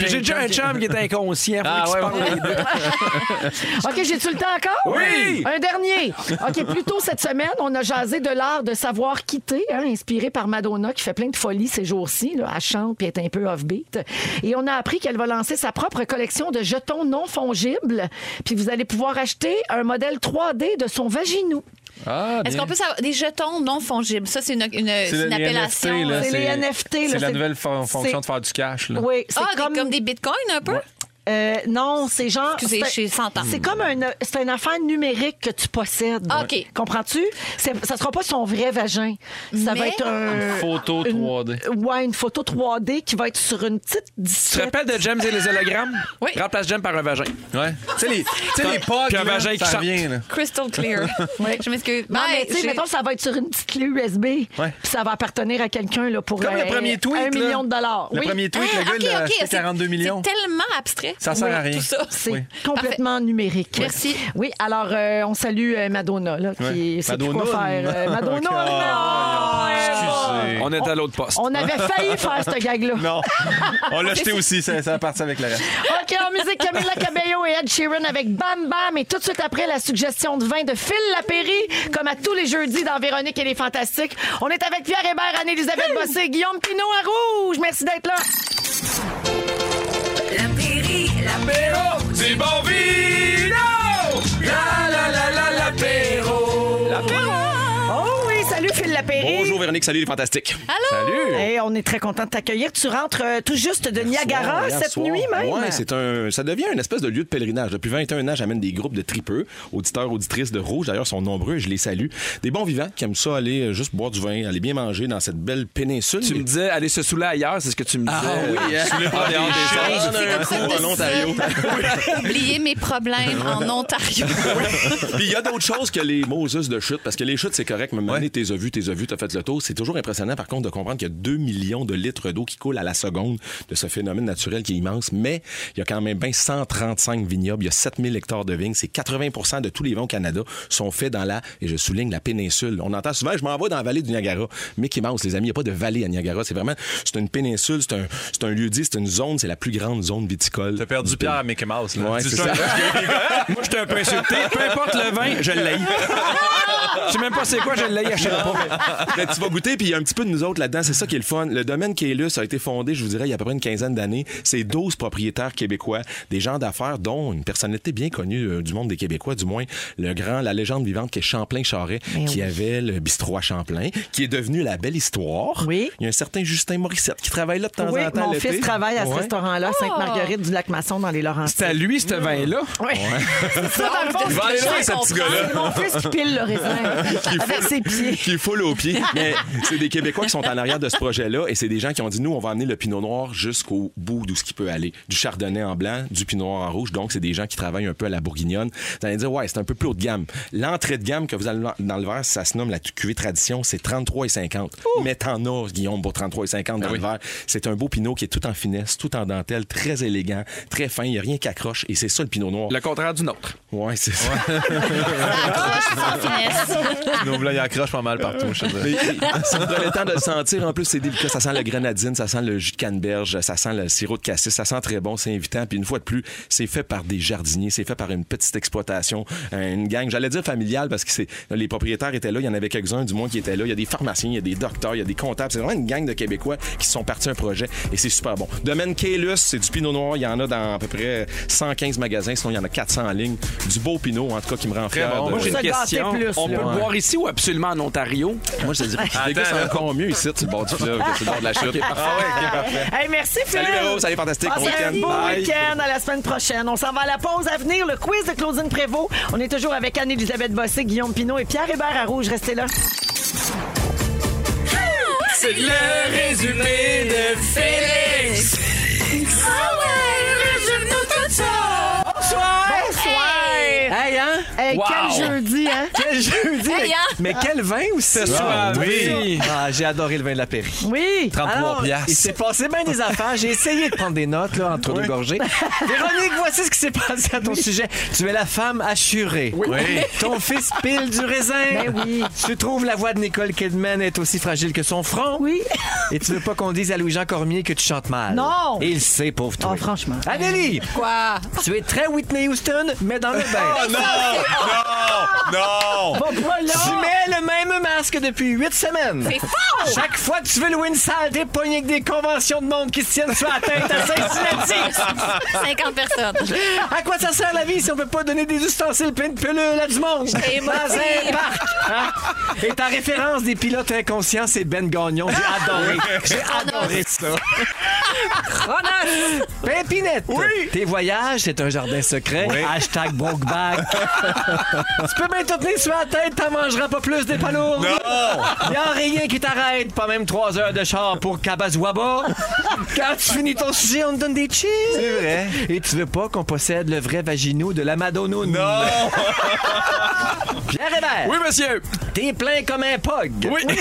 j'ai- J'ai déjà un chum qui est inconscient.
Ah,
faut
ouais,
qu'il se parle.
OK, j'ai-tu le temps encore?
Oui!
Un dernier. OK, plus tôt cette semaine, on a jasé de l'art de savoir quitter, hein, inspiré par Madonna, qui fait plein de folies ces jours-ci. là. Elle chante puis elle est un peu off-beat. Et on a appris qu'elle va lancer sa propre collection de jetons non fongibles. Puis vous allez pouvoir acheter un modèle 3D de son vaginou.
Ah,
Est-ce qu'on peut savoir des jetons non fongibles? Ça, c'est une, une- c'est
le-
une
les
appellation.
NFT, là,
C'est les NFT, là,
Ben, C'est la
c'est-
nouvelle fon-
c'est-
fonction de faire du cash. Là.
Oui, c'est
Ah, des- comme... des bitcoins un peu?
Euh, non, c'est genre.
Excusez,
c'est-
je s'entends.
C'est comme un, c'est une affaire numérique que tu possèdes.
Ah, OK.
Comprends-tu? C'est- Ça sera pas son vrai vagin. Ça va
Mais-
être un.
Une photo
une-
3D.
ouais, une photo 3D qui va être sur une petite
Tu te
disquette.
rappelles de James et les hologrammes?
Oui.
Remplace James par un vagin.
Ouais.
Tu sais, les, tu sais, les pogs,
Puis un
là,
vagin qui
ça
sort.
revient, là.
Crystal clear.
Ouais.
Je m'excuse.
Non, mais
Hey,
tu sais,
j'ai-
mettons, ça va être sur une petite clé USB. Puis ça va appartenir à quelqu'un là, pour
Comme
un,
le premier tweet.
un
là.
million de dollars.
Le
Oui.
premier tweet,
Ah,
le gars,
ok,
il a
ok,
acheté
c'est-
42 millions.
C'est tellement abstrait.
Ça sert
Oui,
à rien.
Tout ça.
C'est
Oui.
complètement numérique.
Merci.
Oui, alors euh, on salue euh, Madonna, là, qui
Ouais.
sait plus quoi
Madonna.
faire. Euh, Madonna,
Ok.
non!
Ah, excusez.
On est à l'autre poste.
On avait failli faire ce gag-là.
Non. On l'a jeté aussi, ça, ça partit avec le reste.
OK, en musique, Camila Cabello et Ed Sheeran avec Bam Bam. Et tout de suite après, la suggestion de vin de Phil Lapéry, comme à tous les jeudis dans Véronique et les Fantastiques. On est avec Pierre Hébert, Anne-Élisabeth Bossé, Guillaume Pinot à Rouge. Merci d'être là.
La Pairie, la
L'apéro, c'est bon vino! La la la la l'apéro!
Oh oui, salut Phil Lapéry.
Bonjour Véronique, salut les fantastiques.
Allô?
Hey, on est très content de t'accueillir. Tu rentres euh, tout juste de Niagara
Hier
cette
soir.
nuit même.
Ouais, c'est un, ça devient une espèce de lieu de pèlerinage. Depuis 21 ans, j'amène des groupes de tripeux, auditeurs, auditrices de Rouge. D'ailleurs, sont nombreux et je les salue. Des bons vivants qui aiment ça aller euh, juste boire du vin, aller bien manger dans cette belle péninsule.
Tu me disais, aller se saouler ailleurs, c'est ce que tu me disais.
Sous le
Ah, des hors des
prendre
choses.
un coup
C'est comme ça que
en Ontario.
Oublier mes problèmes en Ontario.
Puis il y a d'autres choses que les Moses de chute, parce que les chutes, c'est correct, mais maintenant, t'es vu, t'es vu, t'as fait le tour. C'est toujours impressionnant, par contre, de comprendre qu'il y a 2 millions de litres d'eau qui coulent à la seconde de ce phénomène naturel qui est immense, mais il y a quand même bien 135 vignobles, il y a 7000 hectares de vignes, c'est 80 de tous les vins au Canada sont faits dans la, et je souligne, la péninsule. On entend souvent, je m'en vais dans la vallée du Niagara. Mickey Mouse, les amis, il n'y a pas de vallée à Niagara, c'est vraiment, c'est une péninsule, c'est un, c'est un lieu-dit, c'est une zone, c'est la plus grande zone viticole.
T'as perdu
du
Pierre à
pays.
Mickey Mouse. Là.
Ouais,
Dis
c'est
ça.
ça.
Moi, j'étais un peu insulté. Peu importe le vin, je l'ai. Je sais même pas c'est quoi, je l'ai acheté.
Ben, tu vas goûter, puis il y a un petit peu de nous autres là-dedans. C'est ça qui est le fun. Le domaine Kaelus a été fondé, je vous dirais, il y a à peu près une quinzaine d'années. C'est 12 propriétaires québécois, des gens d'affaires, dont une personnalité bien connue euh, du monde des Québécois, du moins le grand, la légende vivante qui est Champlain Charret,
Eh
qui avait le bistrot à Champlain, qui est devenu la belle histoire.
Oui.
Il y a un certain Justin Morissette qui travaille là de temps
Oui,
en temps.
mon
l'été.
fils travaille à ce
Ouais.
restaurant-là, à Sainte-Marguerite du Lac-Masson, dans les Laurentides.
C'est à lui, ce vin-là.
Oui. C'est ça, dans le fond,
Il va aller loin, ce petit gars-là.
c'est mon fils qui pile le raisin
Qui
avec
foule-
ses pieds.
Qui foule aux pieds. Mais c'est des Québécois qui sont en arrière de ce projet-là et c'est des gens qui ont dit nous, on va amener le pinot noir jusqu'au bout d'où ce qui peut aller. Du chardonnay en blanc, du pinot noir en rouge. Donc, c'est des gens qui travaillent un peu à la bourguignonne. Vous allez dire, ouais, c'est un peu plus haut de gamme. L'entrée de gamme que vous avez dans le verre, ça se nomme la cuvée tradition, c'est 33,50. Mais t'en as, Guillaume, pour 33,50 dans le verre. C'est un beau pinot qui est tout en finesse, tout en dentelle, très élégant, très fin. Il n'y a rien qui accroche et c'est ça le pinot noir.
Le contraire du nôtre.
Ouais, c'est ça.
Sans finesse.
Nous, là, il accroche pas mal partout. Je te dirais.
Mais si vous prenez le temps de le sentir, en plus, c'est délicat. Ça sent le grenadine, ça sent le jus de canneberge, ça sent le sirop de cassis, ça sent très bon, c'est invitant. Puis une fois de plus, c'est fait par des jardiniers, c'est fait par une petite exploitation, euh, une gang, j'allais dire familiale, parce que c'est les propriétaires étaient là, il y en avait quelques-uns du moins qui étaient là. Il y a des pharmaciens, il y a des docteurs, il y a des comptables. C'est vraiment une gang de Québécois qui se sont partis un projet et c'est super bon. Domaine Kélus, c'est du pinot noir. Il y en a dans à peu près 115 magasins, sinon il y en a 400 en ligne. Du beau pinot, en tout cas, qui me rend fier.
bon.
de-
Moi, j'ai une
se gâter
question.
plus,
On peut
là.
le boire ici ou absolument en Ontario?
Moi, je te dirais qu'il déguste
là.
encore mieux ici, sur le bord du fleuve, que sur le bord de la chute.
Ah
Hey, merci Phil.
Salut, Véro. Salut, fantastique.
Passez
Bon
un
week-end.
beau
Bye.
week-end à la semaine prochaine. On s'en va à la pause à venir. Le quiz de Claudine Prévost. On est toujours avec Anne-Élisabeth Bossé, Guillaume Pinot et Pierre Hébert à Rouge. Restez là.
C'est le résumé de Félix.
Ah ouais, le genou
hein?
Hey,
Wow!
Quel jeudi, hein?
Quel jeudi!
Hey, hein?
Mais quel vin aussi!
Ce soir,
oui! Ah, j'ai adoré le vin de la Pairie.
Oui!
33
Alors,
piastres. Il s'est passé bien des affaires. J'ai essayé de prendre des notes là, entre deux gorgées. Véronique, voici ce qui s'est passé à ton sujet. Tu es la femme assurée.
Oui. Oui.
Ton fils pile du raisin.
Ben oui.
Tu trouves la voix de Nicole Kidman est aussi fragile que son front.
Oui.
Et tu veux pas qu'on dise à Louis-Jean Cormier que tu chantes mal.
Non.
Et il sait, pauvre toi.
franchement.
Amélie!
Quoi?
Tu es très Whitney Houston, mais dans le bain.
Oh non! Non! Non!
Tu mets le même masque depuis huit semaines.
C'est faux!
Chaque fois que tu veux louer une salle, t'es pogné avec des conventions de monde qui se tiennent sur la tête à Cincinnati.
50 personnes.
À quoi ça sert la vie si on peut pas donner des ustensiles pleins de pelules à du monde?
Et
Dans
moi aussi.
un parc! hein? Et ta référence des pilotes inconscients, c'est Ben Gagnon. J'ai adoré. J'ai adoré ça.
Ronas!
Pimpinette! Tes voyages, c'est un jardin secret. Hashtag Brokeback. tu peux bien te tenir sur la tête, t'en mangeras pas plus des palourdes.
Non!
Y a rien qui t'arrête, pas même trois heures de char pour Kabazwaba. Quand tu finis ton sujet, on te donne des chips. C'est vrai. Et tu veux pas qu'on possède le vrai vagino de la Madonna? Non! Pierre Hébert.
Oui, monsieur.
T'es plein comme un pog. Oui. tu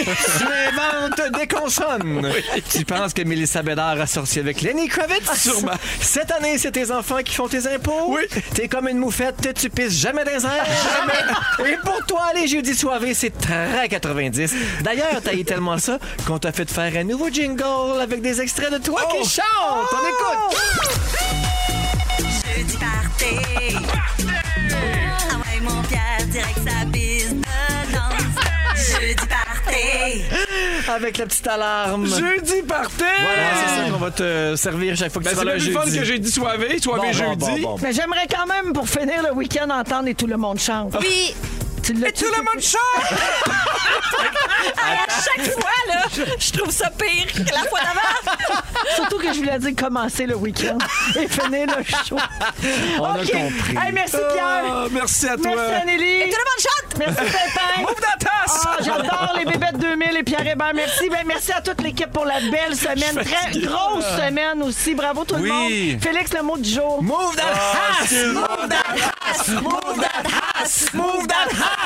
inventes des consonnes. Tu penses que Mélissa Bédard a sorti avec Lenny Kravitz?
Sûrement.
Cette année, c'est tes enfants qui font tes impôts. Ah, Oui. T'es comme une moufette, tu pisses jamais dans les airs. Jamais. Et pour toi, les jeudis soirées, c'est très 90. D'ailleurs, t'as eu tellement ça qu'on t'a fait faire un nouveau jingle avec des extraits de toi qui chantent. On écoute.
Jeudi party. Ah ouais, mon Pierre, direct sa bise de danse. Jeudi party.
Avec la petite alarme.
Jeudi party!
Voilà, c'est ça qu'on va te servir chaque fois que
Ben,
tu
c'est
seras là
le plus fun
jeudi.
que j'ai dit soivé, soivé
Bon, bon,
jeudi.
bon, bon.
Mais j'aimerais quand même, pour finir le week-end, entendre et tout le monde chante.
Oui.
Tu l'as tout
le monde chante! à chaque fois, là, je trouve ça pire que la fois d'avant.
Surtout que je voulais dire commencer le week-end et finir le show.
On a
OK.
compris.
Hey, merci Pierre.
Ah, merci à toi.
Merci Anneli.
Et tout
le
monde chante. Merci Pépin.
Move the tasse.
Ah, J'adore les bébêtes 2000 et Pierre Hébert. Merci. Ben, merci à toute l'équipe pour la belle semaine.
suis
Très
fatigué.
grosse semaine aussi. Bravo tout le
Oui.
monde. Félix, le mot du jour.
Move
that Ah, house. c'est Move bon. that
house.
Move that house. Move that house.